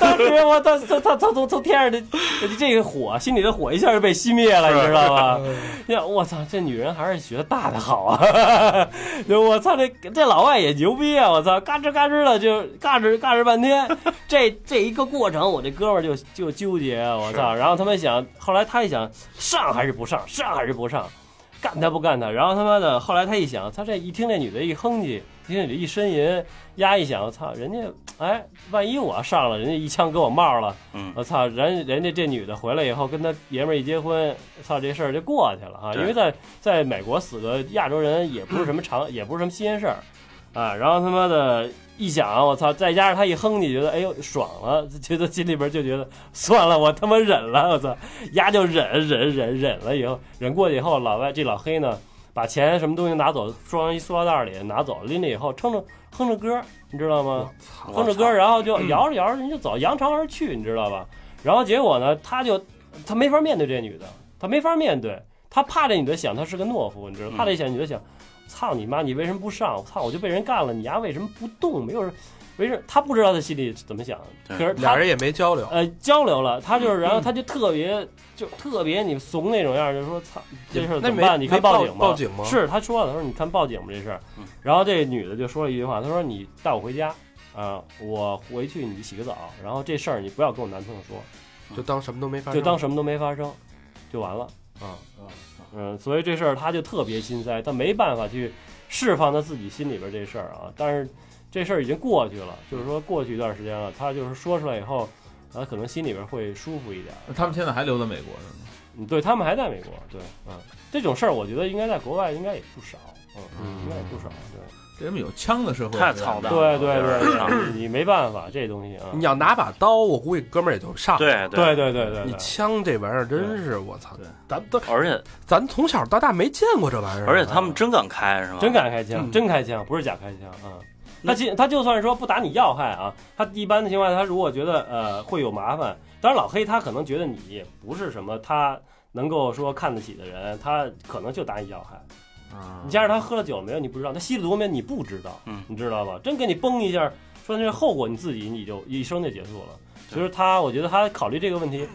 S5: 当时我他他他他从从天上的呃这个火，心里的火一下就被熄灭了，你知道 吗？呀，我操，这女人还是学大的好啊！ 就我操，这这老外也牛逼啊！我操，嘎吱嘎吱的就嘎吱嘎吱半天，这这一个过程，我这哥们儿就就纠结啊！我操，然后他们想，后来他一想，上还是不上，上还是不上，干他不干他，然后他妈的，后来他一想，他这一听这女的一哼唧，听这女的一呻吟，丫一想，我操，人家哎，万一我上了，人家一枪给我冒了。
S3: 嗯，
S5: 我操，人人家这女的回来以后跟他爷们儿一结婚，操这事儿就过去了啊！
S3: 对
S5: 因为在在美国死个亚洲人也不是什么
S3: 嗯
S5: 常，也不是什么新鲜事儿啊。然后他妈的一想，我操，再加上他一哼，你觉得哎呦爽了，觉得心里边就觉得算了，我他妈忍了，我操，丫就忍忍忍忍了以后，忍过去以后，老外这老黑呢，把钱什么东西拿走，装一塑料袋里拿走，拎着以后撑着哼着歌，你知道吗？哼着歌，然后就摇着摇着人就走，扬长而去，你知道吧？然后结果呢，他就他没法面对这女的，他没法面对，他怕这女的想他是个懦夫，你知道吗，
S3: 嗯
S5: 怕这想女的想，操你妈，你为什么不上？操，我就被人干了，你丫为什么不动？没有人，没事，他不知道他心里怎么想，可
S3: 对
S5: 是他
S2: 俩人也没交流，
S5: 呃交流了，他就是，然后他就特别就特别你怂那种样儿，就说操，这事儿
S2: 那
S5: 怎
S2: 没
S5: 么办？你
S2: 没
S5: 看
S2: 报
S5: 警吗？
S2: 报警吗？
S5: 是他说了，他说你看报警吧这事儿
S3: 嗯。
S5: 然后这女的就说了一句话，她说你带我回家啊、我回去你洗个澡，然后这事儿你不要跟我男朋友说，
S2: 就当什么都没发生，
S5: 就当什么都没发生，就完了啊。嗯，所以这事儿他就特别心塞，他没办法去释放他自己心里边这事儿啊。但是这事儿已经过去了，就是说过去一段时间了，他就是说出来以后，他可能心里边会舒服一点。
S6: 他们现在还留在美国是吗？
S5: 嗯，对他们还在美国，对，嗯，这种事儿我觉得应该在国外应该也不少，嗯，应该也不少，对。
S6: 这他们有枪的社会
S3: 太操蛋了
S5: 对对
S3: 有点
S5: 对，
S3: 上
S5: 你你没办法，这东西啊，
S2: 你要拿把刀，我估计哥们儿也就上。，
S3: 对
S5: 对对对对，
S2: 你
S5: 对
S2: 枪这玩意儿真是我操
S6: 对，
S2: 咱们都
S3: 而且
S2: 咱从小到大没见过这玩意儿啊，
S3: 而且他们真敢开是吗？
S5: 真敢开枪，
S2: 嗯
S5: 真开枪，不是假开枪啊。他其他就算是说不打你要害啊，他一般的情况下，他如果觉得呃会有麻烦，当然老黑他可能觉得你也不是什么他能够说看得起的人，他可能就打你要害。
S3: 嗯
S6: 啊
S5: 你！加上他喝了酒没有，你不知道；他吸了毒没有，你不知道。
S3: 嗯
S5: 你知道吧？真给你崩一下，说那后果你自己你就一生就结束了。
S3: 对
S5: 所以说他，我觉得他考虑这个问题，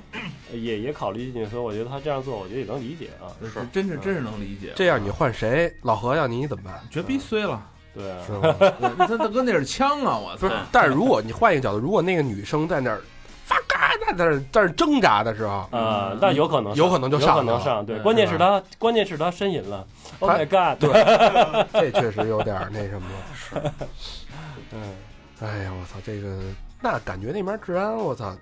S5: 呃也也考虑进去。所以我觉得他这样做，我觉得也能理解啊。
S6: 是真是真是能理解，
S2: 这样你换谁？老何要你你怎么办？
S6: 绝逼衰了。
S5: 对啊
S2: 是， 吗？
S6: 对那他大哥那是枪啊！我
S2: 不
S6: 操
S2: 是，但是如果你换一个角度，如果那个女生在那儿 fuck 啊，那在那儿在那儿挣扎的时候，
S5: 啊，那有可能上，
S2: 嗯有可能就上
S5: 有可能上。对，关键是他，关键是他呻吟了。Oh my god！
S2: 对 这确实有点儿那什么了。
S5: 嗯，
S2: 哎呀，我操，这个那感觉那边治安，我操，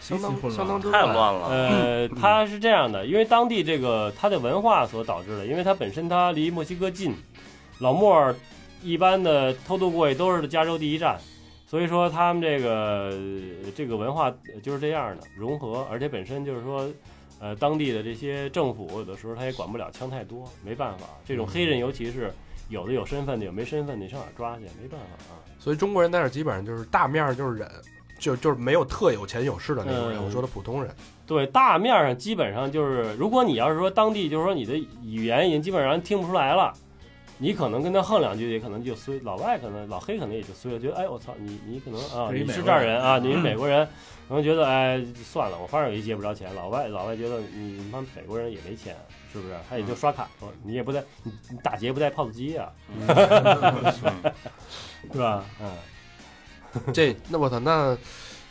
S2: 相
S6: 极其
S2: 当
S6: 混乱
S2: 相当之
S3: 太乱啊了。
S5: 呃，他是这样的，因为当地这个他的文化所导致的，因为他本身他离墨西哥近，老莫儿一般的偷渡过去都是加州第一站，所以说他们这个呃这个文化就是这样的融合，而且本身就是说，呃，当地的这些政府有的时候他也管不了枪太多，没办法，这种黑
S2: 嗯
S5: 人尤其是有的有身份的，有没身份的，你上哪儿抓去？没办法啊。
S2: 所以中国人在那儿基本上就是大面儿就是忍，就就是没有特有钱有势的那种人。
S5: 嗯
S2: 我说的普通人，
S5: 对，大面上基本上就是，如果你要是说当地，就是说你的语言已经基本上听不出来了，你可能跟他横两句，也可能就衰。老外可能老黑可能也就衰了，觉得哎我操，你你可能啊
S6: 是一
S5: 你是
S6: 美国
S5: 这儿
S6: 人嗯
S5: 人啊，你是美国人，可能觉得哎算了，我反正也借不着钱。老外老外觉得你他妈美国人也没钱，是不是？他也
S6: 嗯
S5: 就刷卡，你也不带你你打劫不带泡子机啊，
S3: 嗯
S5: 是吧？嗯，
S2: 这那我操，那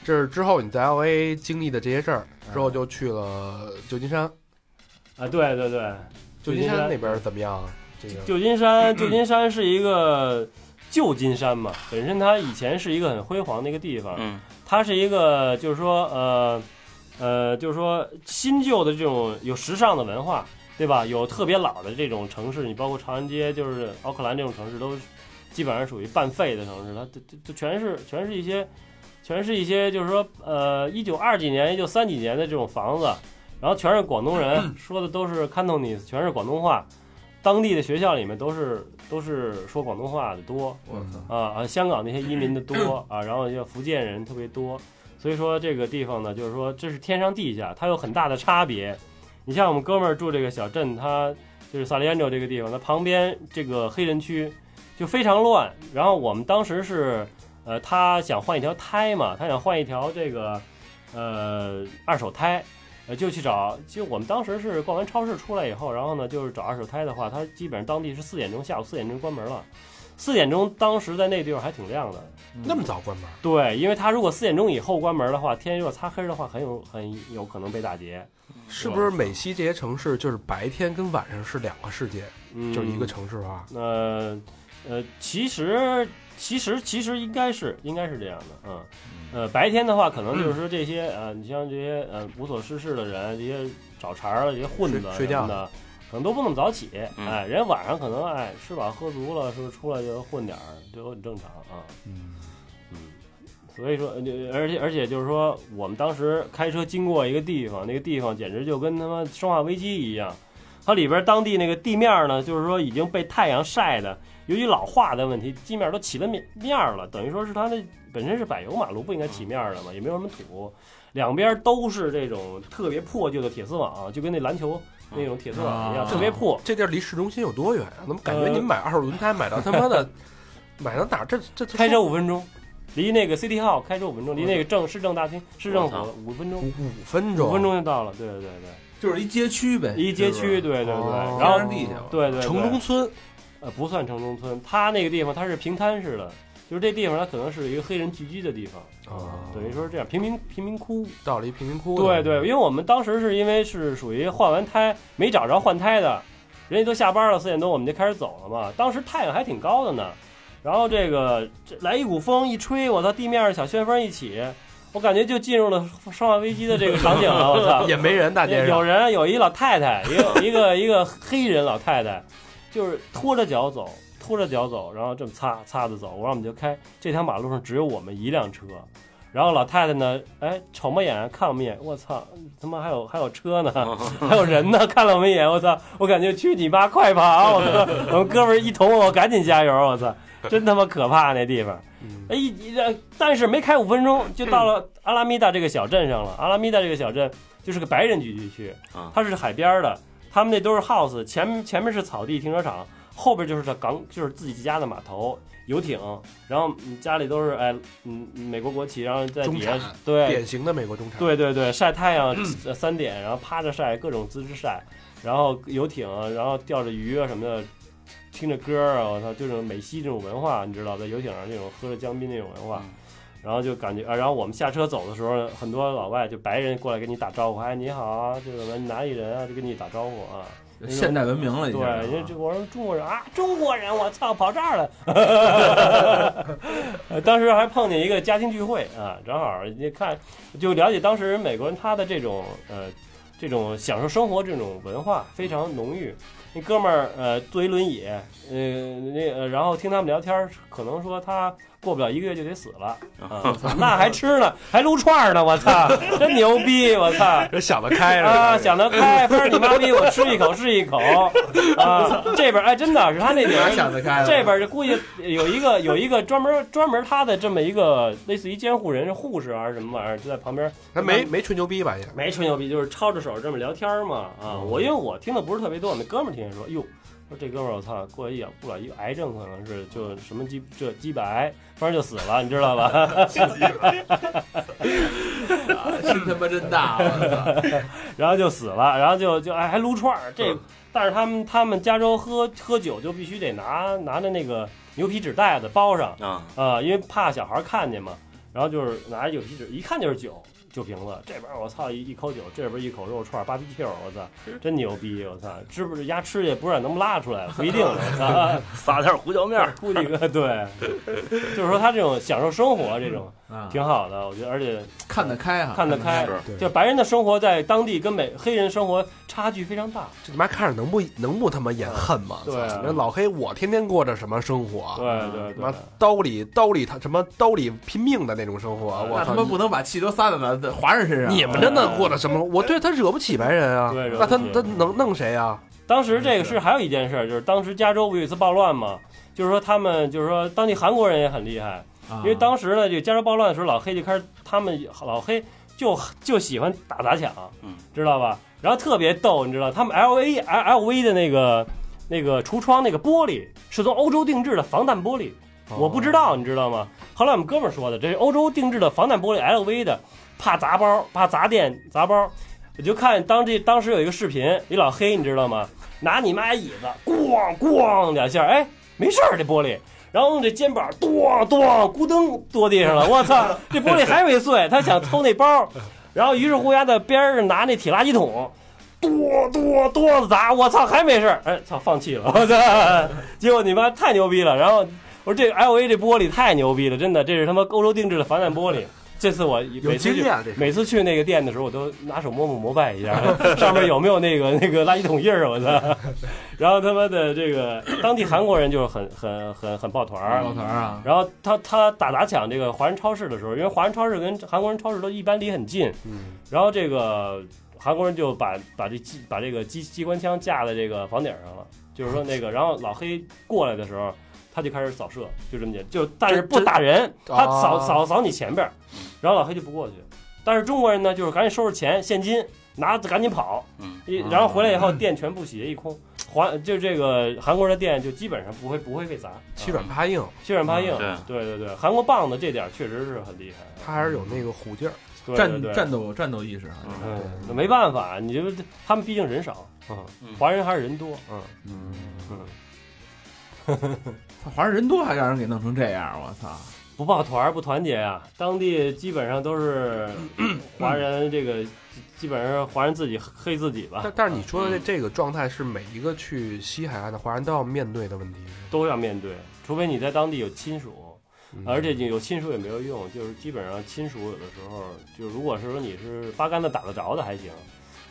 S2: 这是之后你在 L A 经历的这些事儿，之后就去了旧金山，
S5: 啊对对对，
S2: 旧
S5: 金
S2: 金
S5: 山
S2: 山那边儿怎么样啊？这个
S5: 旧金山，旧金山是一个旧金山嘛，本身它以前是一个很辉煌的一个地方，
S3: 嗯
S5: 它是一个就是说呃呃，就是说新旧的这种有时尚的文化，对吧？有特别老的这种城市，你包括长安街，就是奥克兰这种城市，都基本上属于半废的城市，它这这这全是全是一些全是一些就是说呃一九二几年、一九三几年的这种房子，然后全是广东人，说的都是 Cantonese，全是广东话，当地的学校里面都是都是说广东话的多，
S6: 我操，
S5: 啊啊，香港那些移民的多啊，然后就福建人特别多，所以说这个地方呢，就是说这是天上地下，它有很大的差别。你像我们哥们儿住这个小镇，它就是萨利安州这个地方，它旁边这个黑人区就非常乱。然后我们当时是，呃，他想换一条胎嘛，他想换一条这个，呃，二手胎，呃，就去找。就我们当时是逛完超市出来以后，然后呢，就是找二手胎的话，它基本上当地是四点钟，下午四点钟关门了。四点钟，当时在那地方还挺亮的。
S2: 那么早关门？
S5: 对，因为他如果四点钟以后关门的话，天如果擦黑的话，很有很有可能被打劫。
S2: 是不是美西这些城市就是白天跟晚上是两个世界，
S5: 嗯，
S2: 就是一个城市化？
S5: 呃呃，其实其实其实应该是应该是这样的，嗯呃，白天的话，可能就是说这些呃，你像这些呃无所事事的人，这些找茬儿的这些混子啊
S2: 睡睡觉
S5: 什么的，可能都不那么早起，
S3: 嗯
S5: 哎，人家晚上可能哎吃饱喝足了，是不是出来就混点儿，这都很正常啊。
S1: 嗯，
S5: 所以说，呃而且而且就是说，我们当时开车经过一个地方，那个地方简直就跟他妈《生化危机》一样，它里边当地那个地面呢，就是说已经被太阳晒的，由于老化的问题，地面都起了面面儿了，等于说是它那本身是柏油马路，不应该起面儿的嘛，也没有什么土，两边都是这种特别破旧的铁丝网，就跟那篮球那种铁丝网一样，
S6: 啊
S5: 特 别破。
S2: 这地儿离市中心有多远啊？怎么感
S5: 呃
S2: 觉您买二手轮胎买到他妈的，买到哪儿？这这这
S5: 开车五分钟，离那个 City Hall 开车五分钟，离那个政市政大厅市政府
S3: 我操
S5: 五分钟
S2: 五。五分钟，哦
S5: 五分钟就到了，对对对。
S6: 就是一街区呗，
S5: 一街区，对对对，
S2: 哦
S5: 然
S6: 然
S5: 后
S6: 后地下吧，
S5: 对对对
S2: 城中村，
S5: 呃不算城中村，它那个地方它是平摊式的，就是这地方它可能是一个黑人聚居的地方，
S2: 哦
S5: 等于说是这样贫民贫民窟。
S2: 到了一贫民窟。
S5: 对对，因为我们当时是因为是属于换完胎没找着换胎的，人家都下班了四点多我们就开始走了嘛，当时太阳还挺高的呢，然后这个这来一股风一吹，我操地面上小旋风一起。我感觉就进入了《生化危机》的这个场景了，我操！
S2: 也没人，大街
S5: 有
S2: 上。
S5: 人有一老太太，一个一个一个黑人老太太，就是拖着脚走，拖着脚走，然后这么擦擦着走，我让我们就开这条马路上只有我们一辆车，然后老太太呢，哎，瞅我们一眼，看我们一眼，我操，他妈还有还有 车呢，还有人呢，看了我们一眼，我操，我感觉去你妈，快跑！我操，我们哥们儿一捅我，我赶紧加油，我操，真他妈可怕那地方。
S2: 嗯
S5: 哎，一一呃但是没开五分钟就到了阿拉米达这个小镇上了。阿拉米达这个小镇就是个白人聚居区
S3: 啊，
S5: 它是海边儿的，他们那都是 house，前前面是草地停车场，后边就是港，就是自己家的码头、游艇，然后嗯家里都是哎，嗯，美国国旗，然后在底下
S2: 中产
S5: 对
S2: 典型的美国中产。
S5: 对对对，晒太阳呃三点，然后趴着晒，各种姿势晒，然后游艇，然后钓着鱼啊什么的，听着歌啊，我操，就是美西这种文化，你知道，在游艇上这种喝着香槟那种文化，然后就感觉啊，然后我们下车走的时候，很多老外就白人过来跟你打招呼，哎你好啊，这个哪里人啊，就跟你打招呼啊，
S6: 现代文明了已
S5: 对，
S6: 经。啊
S5: 人家这我说中国人啊，中国人，我操，跑这儿了。 呃当时还碰见一个家庭聚会啊，正好你看就了解当时美国人他的这种呃这种享受生活这种文化非常浓郁。那哥们儿呃坐一轮椅，呃那呃然后听他们聊天儿，可能说他过不了一个月就得死了啊，那还吃呢，还撸串儿呢，我操，真牛逼，我操！
S2: 人想得开
S5: 啊，
S2: 着。
S5: 想得开，分儿你妈逼，我吃一口是一口 啊！这边儿哎，真的是他那边
S6: 哪
S5: 儿
S6: 儿想得开了？
S5: 这边儿就估计有一个有一个专门儿专门儿他的这么一个类似于监护人是护士还是什么玩意儿，就在旁边儿
S2: 他没没吹牛逼吧也？
S5: 没吹牛逼，就是抄着手这么聊天儿嘛啊！我因为我听的不是特别多，我那哥们儿听见说哟。说这哥们儿，我操，过一养不了一个癌症，可能是就什么鸡这鸡百癌，反正就死了，你知道吧？
S6: 心他妈真大，啊 我操！
S5: 然后就死了，然后就就哎还撸串儿，这但是他们他们加州喝喝酒就必须得拿拿着那个牛皮纸袋子包上
S3: 啊，
S5: 啊、因为怕小孩看见嘛，然后就是拿着牛皮纸，一看就是酒，酒瓶子，这边儿我操一一口酒，这边儿一口肉串儿 BBQ，我操，真牛逼！我操，吃不是鸭吃也不知道能不能拉出来，不一定。我
S3: 撒点胡椒面
S5: 操
S3: 儿，，
S5: 估计个对， 就是说他这种享受生活这种
S6: 啊，
S5: 挺好的，我觉得，而且
S6: 看得开哈，
S5: 啊看得开。
S3: 是
S2: 对
S5: 就白人的生活在当地跟美黑人生活差距非常大，
S2: 这他妈看着能不能不他妈眼恨吗？
S5: 对啊
S2: 操那老黑我天天过着什么生活啊？
S5: 对对
S2: 他妈
S5: 对，
S2: 刀里刀里他什么刀里拼命的那种生活，
S5: 对
S2: 我
S6: 那他
S2: 操！
S6: 妈不能把气都撒在咱华人身上。
S2: 你们真的过了什么？我对他惹不起白人啊，
S5: 啊对惹
S2: 那他
S5: 不起
S2: 他能弄谁啊？
S5: 当时这个是还有一件事儿，就是当时加州不有一次暴乱嘛，就是说他们就是说当地韩国人也很厉害，
S6: 啊，
S5: 因为当时呢，这个加州暴乱的时候，老黑就开始，他们老黑就就喜欢打砸抢，
S3: 嗯，
S5: 知道吧？然后特别逗，你知道，他们 L A L V 的那个那个橱窗那个玻璃是从欧洲定制的防弹玻璃，我不知道，你知道吗？后来我们哥们儿说的，这欧洲定制的防弹玻璃 L V 的，怕砸包，怕砸店砸包。我就看当这当时有一个视频，一老黑你知道吗？拿你妈椅子咣咣两下，哎，没事儿这玻璃。然后用这肩膀咣咣咕噔坐地上了，我操，这玻璃还没碎，他想偷那包，然后于是乎丫在边儿上拿那铁垃圾桶。剁剁剁的砸，我操，还没事儿，哎，操，放弃了，我操！结果你妈太牛逼了，然后我说这 L A 这玻璃太牛逼了，真的，这是他妈欧洲定制的防弹玻璃。这次我
S2: 有
S5: 每次
S2: 经
S5: 去
S2: 验这是。
S5: 每次去那个店的时候，我都拿手摸摸膜拜一下， 上面有没有那个 那个垃圾桶印儿，我操！然后他妈的这个当地韩国人就是很很很很抱团儿，
S6: 老头儿啊，
S5: 然后他他打砸抢这个华人超市的时候，因为华人超市跟韩国人超市都一般离很近，
S2: 嗯，
S5: 然后这个韩国人就把把这机把这个机机关枪架在这个房顶上了，就是说那个，然后老黑过来的时候，他就开始扫射，就这么简单，就但是不打人，
S2: 这
S5: 他扫
S2: 啊
S5: 扫扫你前边儿，然后老黑就不过去，但是中国人呢，就是赶紧收拾钱现金，拿着赶紧跑，
S3: 嗯，
S5: 一
S2: 啊
S5: 然后回来以后店全部洗劫一空，还就这个韩国人的店就基本上不会不会被砸，
S2: 欺
S5: 啊
S2: 软怕硬，
S5: 欺软怕硬，
S3: 嗯
S5: 对对对，韩国棒子这点儿确实是很厉害，
S2: 他还是有那个虎劲儿。
S5: 对对
S6: 战
S5: 对。
S6: 战斗战斗意识啊，
S3: 嗯
S5: 嗯，那没办法，你就他们毕竟人少，嗯，华人还是人多，嗯嗯，
S6: 华人人多还让人给弄成这样，我操！
S5: 不抱团儿不团结呀、当地基本上都是华人，这个基本上华人自己黑自己吧，
S2: 但但是你说的这这个状态是每一个去西海岸的华人都要面对的问题，
S5: 都要面对，除非你在当地有亲属，
S2: 嗯
S5: 而且你有亲属也没有用，就是基本上亲属有的时候，就如果是说你是八竿子打得着的还行，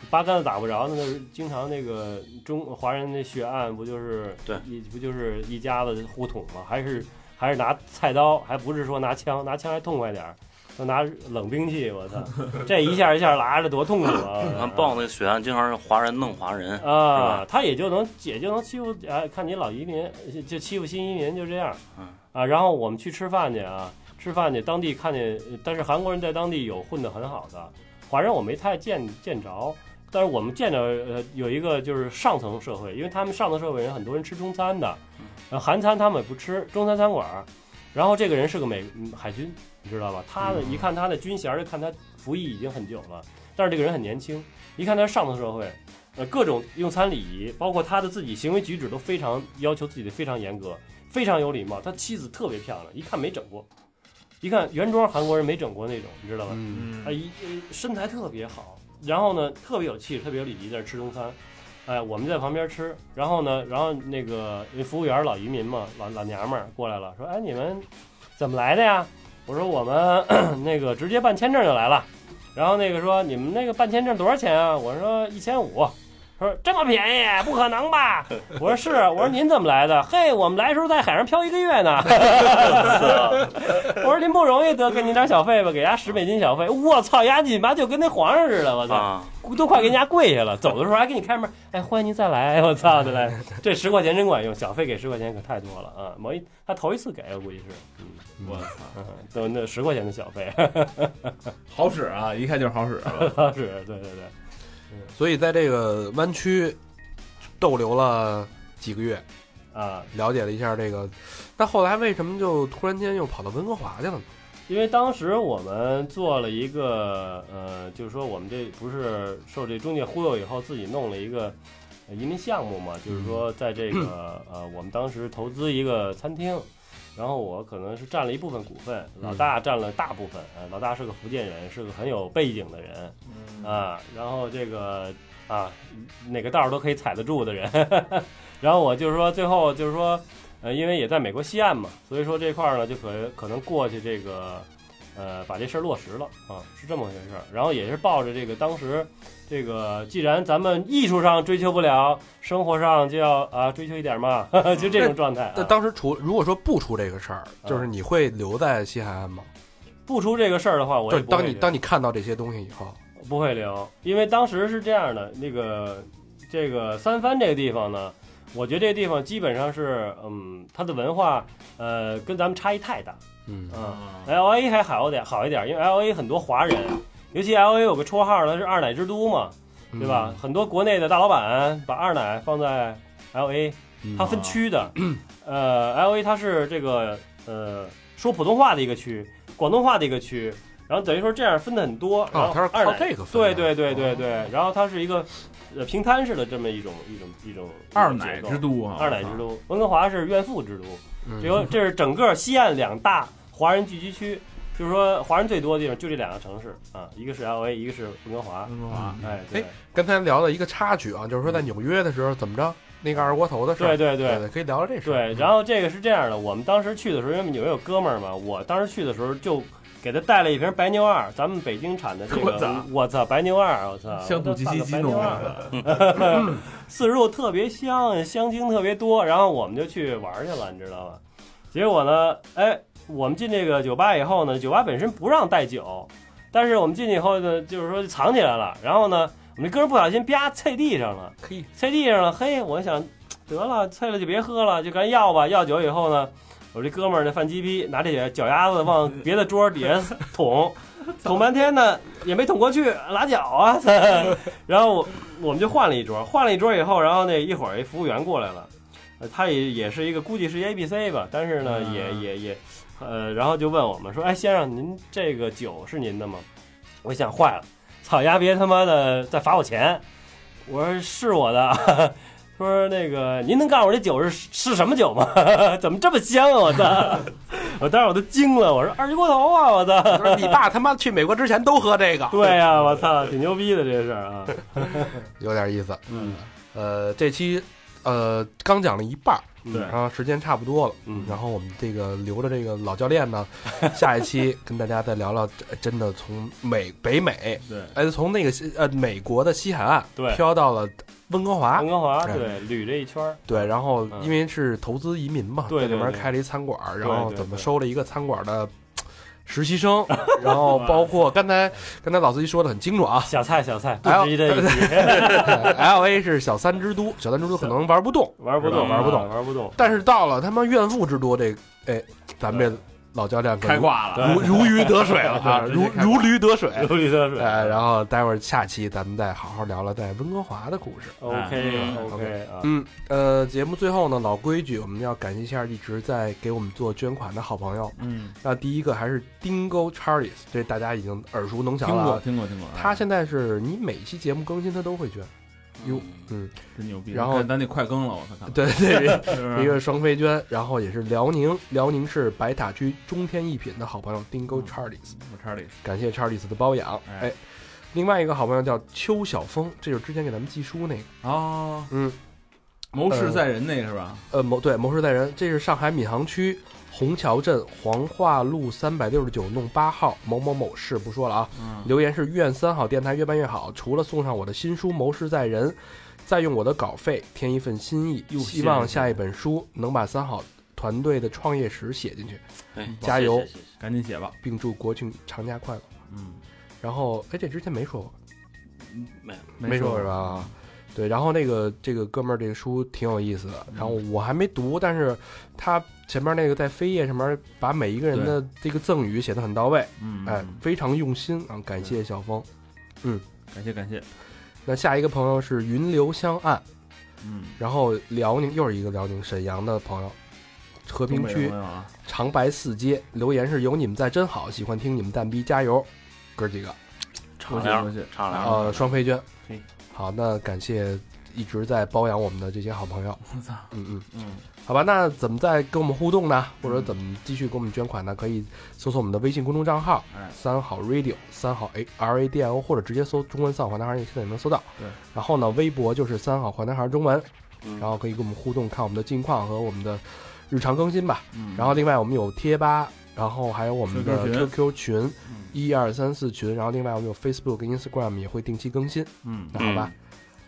S5: 八竿子打不着的那是经常那个中华人那血案不就是
S3: 对
S5: 一不就是一家子互捅吗？还是还是拿菜刀，还不是说拿枪，拿枪还痛快点儿。就拿冷兵器，我操，这一下一下拉着多痛苦啊！我操
S3: 嗯 咱报那个血案，经常是华人弄华人，
S5: 啊，他也就能也就能欺负啊，看你老移民就就欺负新移民就这样，
S3: 嗯
S5: 啊，然后我们去吃饭去啊，吃饭去，当地看见，但是韩国人在当地有混得很好的，华人我没太见见着，但是我们见着呃有一个就是上层社会，因为他们上层社会人很多人吃中餐的，
S3: 嗯
S5: 呃韩餐他们也不吃，中餐餐馆儿，然后这个人是个美嗯海军，你知道吧？他的一看他的军衔儿，就看他服役已经很久了，但是这个人很年轻，一看他是上层社会。呃，各种用餐礼仪，包括他的自己行为举止都非常要求自己的非常严格，非常有礼貌。他妻子特别漂亮，一看没整过，一看原装韩国人没整过那种，你知道吧？
S2: 嗯，
S5: 啊，一呃身材特别好，然后呢特别有气质，特别有礼仪，在那吃中餐。哎，我们在旁边吃，然后呢，然后那个那服务员老移民嘛，老老娘们儿过来了，说：“哎，你们怎么来的呀？”我说：“我们 那个直接办签证就来了。”然后那个说：“你们那个办签证多少钱啊？”我说：“一千五。”他说：“这么便宜，不可能吧？”我说：“是。”啊我说：“您怎么来的？”嘿，我们来的时候在海上漂一个月呢。我说您不容易得，给您点小费吧，给人家十美金小费。我操，丫你妈就跟那皇上似的，我操，
S3: 啊，
S5: 都快给人家跪下了。走的时候还给你开门，哎，欢迎您再来，我操的嘞，这十块钱真管用，小费给十块钱可太多了啊！某一他头一次给，我估计是，
S6: 我操，
S5: 嗯，都那十块钱的小费，
S6: 好使啊，一看就是好使。
S5: 当时对对对，
S2: 所以在这个湾区逗留了几个月，
S5: 啊，
S2: 了解了一下这个。那后来为什么就突然间又跑到温哥华去了呢？
S5: 因为当时我们做了一个，呃，就是说我们这不是受这中介忽悠以后，自己弄了一个呃移民项目嘛，就是说在这个呃，我们当时投资一个餐厅，然后我可能是占了一部分股份，老大占了大部分。啊，老大是个福建人，是个很有背景的人啊。然后这个啊，哪个道儿都可以踩得住的人。 然后我就是说，最后就是说，呃，因为也在美国西岸嘛，所以说这块儿呢，就可可能过去这个，呃，把这事儿落实了啊，是这么回事儿。然后也是抱着这个当时这个，既然咱们艺术上追求不了，生活上就要啊追求一点嘛， 就这种状态、啊。啊
S2: 那当时除如果说不出这个事儿，就是你会留在西海岸吗？
S5: 不出这个事儿的话，我
S2: 就
S5: 也
S2: 是
S5: 不会
S2: 当你当你看到这些东西以后，
S5: 不会留，因为当时是这样的，那个这个三藩这个地方呢，我觉得这个地方基本上是，嗯，它的文化，呃，跟咱们差异太大。
S2: 嗯
S5: 嗯，L A 还好点，好一点，因为 L A 很多华人，尤其 L A 有个绰号，它是二奶之都嘛，
S2: 嗯
S5: 对吧？？很多国内的大老板把二奶放在 L A，它
S2: 嗯
S5: 分区
S2: 啊
S5: 的， 呃，L A 它是这个呃说普通话的一个区，广东话的一个区，然后等于说这样分的很多，然
S2: 哦
S5: 后，
S2: 他是
S5: 二
S2: 靠
S5: 奶
S2: 这个分
S5: 对
S2: 的，哦
S5: 对对对对，然后它是一个呃平摊式的这么一种一种一种
S6: 二奶之，都
S5: 一种结构
S6: 啊，
S5: 二奶之都，温哥华是怨妇之都，
S2: 嗯，
S5: 这有这是整个西岸两大华人聚集区，就是说华人最多的地方就这两个城市啊，一个是 L A，一个是温哥华，
S6: 温哥华
S2: 嗯
S5: 哎，对
S2: 刚才聊了一个插曲啊，就是说在纽约的时候怎么着，那个二锅头的事儿，
S5: 对对对
S2: 对，可以聊聊这事儿。
S5: 对，然后这个是这样的，我们当时去的时候，因为纽约有哥们儿嘛，我当时去的时候就给他带了一瓶白牛二，咱们北京产的这个，
S6: 我
S5: 我
S6: 操
S5: 操，白牛二，我操，
S6: 乡土气息
S5: 白
S6: 激
S5: 牛
S6: 动啊
S5: 二
S6: 了，
S5: 四入特别香，香精特别多，然后我们就去玩去了，你知道吗？结果呢，哎，我们进这个酒吧以后呢，酒吧本身不让带酒，但是我们进去以后呢，就是说就藏起来了，然后呢，我们这哥们儿不小心啪啐地上了，
S2: 嘿，
S5: 啐地上了，嘿，我想得了，啐了就别喝了，就赶紧要吧，要酒以后呢，我这哥们儿这犯鸡逼，拿这脚脚丫子往别的桌底下捅，捅半天呢也没捅过去，拉脚啊， 然后我我们就换了一桌，换了一桌以后，然后那一会儿一哎服务员过来了，呃他也也是一个估计是 A B C 吧，但是呢
S6: 嗯
S5: 也也也，呃，然后就问我们说，哎，先生，您这个酒是您的吗？我一想坏了，操丫别他妈的再罚我钱，我说是我的。 说那个，您能告诉我这酒是是什么酒吗？ 怎么这么香啊！我操！我当时我都惊了，我说二级锅头啊！我操！
S2: 就是你爸他妈去美国之前都喝这个，
S5: 对呀、我操，挺牛逼的这事儿啊！
S2: 有点意思。
S5: 嗯，
S2: 呃，这期呃刚讲了一半儿，
S5: 对，
S2: 然后时间差不多了，
S5: 嗯
S2: 然后我们这个留着这个老教练呢， 下一期跟大家再聊聊，呃真的从美北美，
S6: 对，
S2: 哎，从那个西呃美国的西海岸
S5: 对
S2: 飘到了温哥华
S5: 温，哥华
S2: 哎
S5: 对捋这一圈儿，
S2: 对，然后
S5: 嗯
S2: 因为是投资移民嘛，
S5: 对
S2: 在那
S5: 对
S2: 边
S5: 对
S2: 开了一餐馆儿，然
S5: 对
S2: 后
S5: 对
S2: 怎么
S5: 对
S2: 收了一个餐馆的嘖实习生，然后包 括刚才刚才老司机说的很清楚啊
S5: 小菜小菜，不
S2: 哎呦
S5: 值这 一提，
S2: ，L A 是小三之都，小三之都可能玩不动，
S5: 玩不动，
S2: 玩不动
S5: 玩不动。
S2: 但是到了他妈怨妇之多这，哎，咱们这老教练可
S6: 开
S2: 能
S6: 挂了，
S2: 如如鱼得 水了啊，
S6: 对
S2: 如
S6: 直接开挂
S2: 如驴得水。
S5: 流离得水
S2: 哎，然后待会儿下期咱们再好好聊聊在温哥华的故事。啊
S5: ，OK
S6: 嗯
S5: OK 啊，
S2: 嗯，呃，节目最后呢，老规矩，我们要感谢一下一直在给我们做捐款的好朋友。
S6: 嗯，
S2: 那第一个还是 Dingo Charles，这大家已经耳熟能
S6: 听
S2: 详了
S6: 过
S2: 啊。
S6: 听过听过，哎
S2: 他现在是你每期节目更新他都会捐，哟嗯，
S6: 真牛逼，
S2: 然后
S6: 看咱得快更了，我操，看
S2: 对对对，
S6: 是不是
S2: 嗯 一个双飞娟，然后也是辽宁辽宁市白塔区中天一品的好朋友 Dingo
S6: 嗯
S2: Charles，
S6: 我查理，
S2: 感谢 Charles 的包养。
S6: 哎
S2: 哎，另外一个好朋友叫邱晓峰，这就是之前给咱们寄书那个，
S6: 哦，
S2: 嗯，
S6: 谋事在人那是吧？
S2: 呃，谋对谋事在人，这是上海闵行区虹桥镇黄化路三百六十九弄八号某某某市，不说了啊。
S6: 嗯，
S2: 留言是愿三好电台越办越好，除了送上我的新书《谋事在人》，再用我的稿费添一份心意，
S6: 又
S2: 希
S6: 谢
S2: 望
S6: 谢
S2: 下一本书能把三好团队的创业史写进去。
S3: 对，
S2: 加油
S3: 哎谢谢谢谢
S6: 赶紧写吧，
S2: 并祝国庆长假快乐。
S6: 嗯，
S2: 然后，哎，这之前没说过，
S6: 没
S2: 说
S6: 过
S2: 是？吧？对，然后那个这个哥们儿这个书挺有意思的，然后我还没读，但是他前面那个在扉页上面把每一个人的这个赠语写得很到位，
S6: 嗯，
S2: 哎，非常用心啊，感谢小峰。嗯
S6: 感谢感谢，
S2: 那下一个朋友是云流香岸，
S6: 嗯，
S2: 然后辽宁又是一个辽宁沈阳的朋友，和
S6: 东
S2: 平
S6: 北
S2: 区
S6: 朋友啊，
S2: 长白寺街留言是有你们在真好，喜欢听你们蛋逼加油，哥儿几个。
S3: 敞
S6: 多谢多
S3: 亮
S6: 谢
S2: 啊
S3: 敞亮，
S2: 呃，双飞娟
S6: 嘿。
S2: 好，那感谢一直在包养我们的这些好朋友。
S6: 我操，
S2: 嗯嗯，
S6: 嗯，
S2: 好吧，那怎么再跟我们互动呢？或者怎么继续给我们捐款呢？可以搜索我们的微信公众账号“
S6: 哎
S2: 三好 radio”，三好 A R A D I O，或者直接搜中文“三好坏男孩”，现在也能搜到。
S6: 对。
S2: 然后呢，微博就是“三好坏男孩”中文，
S3: 嗯
S2: 然后可以跟我们互动，看我们的近况和我们的日常更新吧。
S6: 嗯
S2: 然后另外我们有贴吧，然后还有我们的
S6: QQ
S2: QQ 群
S6: 嗯
S2: 一二三四群，然后另外我们有 Facebook 跟 Instagram 也会定期更新。
S6: 嗯，
S2: 那好吧，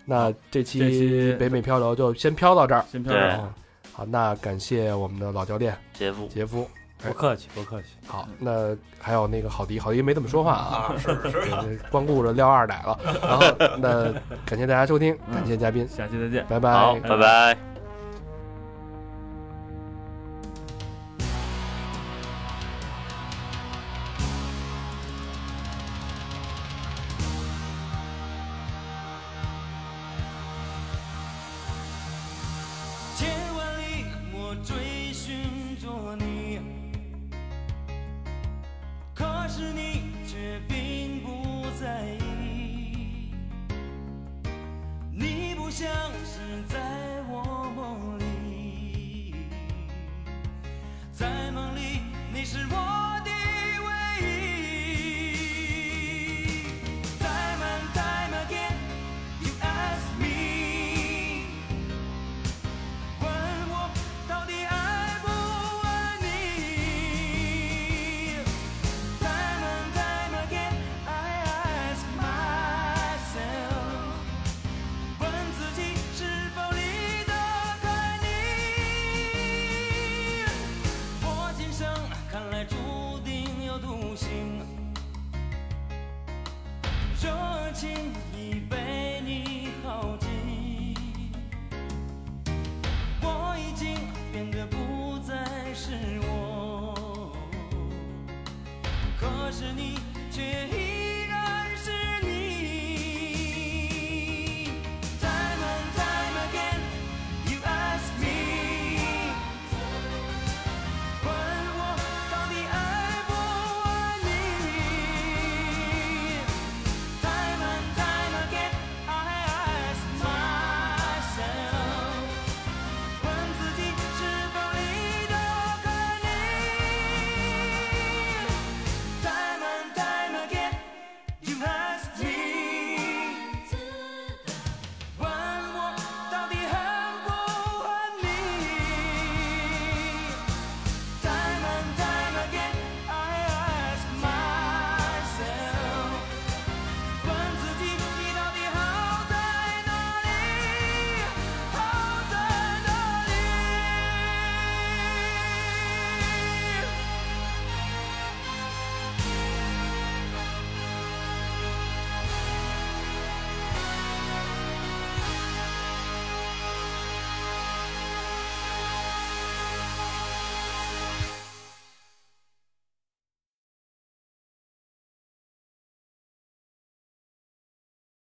S2: 那这期
S6: 这期
S2: 北美漂流就先漂到这儿。
S6: 先飘着啊，
S2: 嗯好，那感谢我们的老教练
S3: 杰夫，
S2: 杰夫。
S5: 不客气，不客气。
S2: 好，那还有那个好迪，好迪没怎么说话嗯啊，是是，光顾着撩二奶了。然后那感谢大家收听，感谢 嘉宾，
S6: 下期再见。
S2: 拜拜。
S3: 好，拜拜。
S7: 千万里，我追寻着你，可是你却并不在意。你不像是在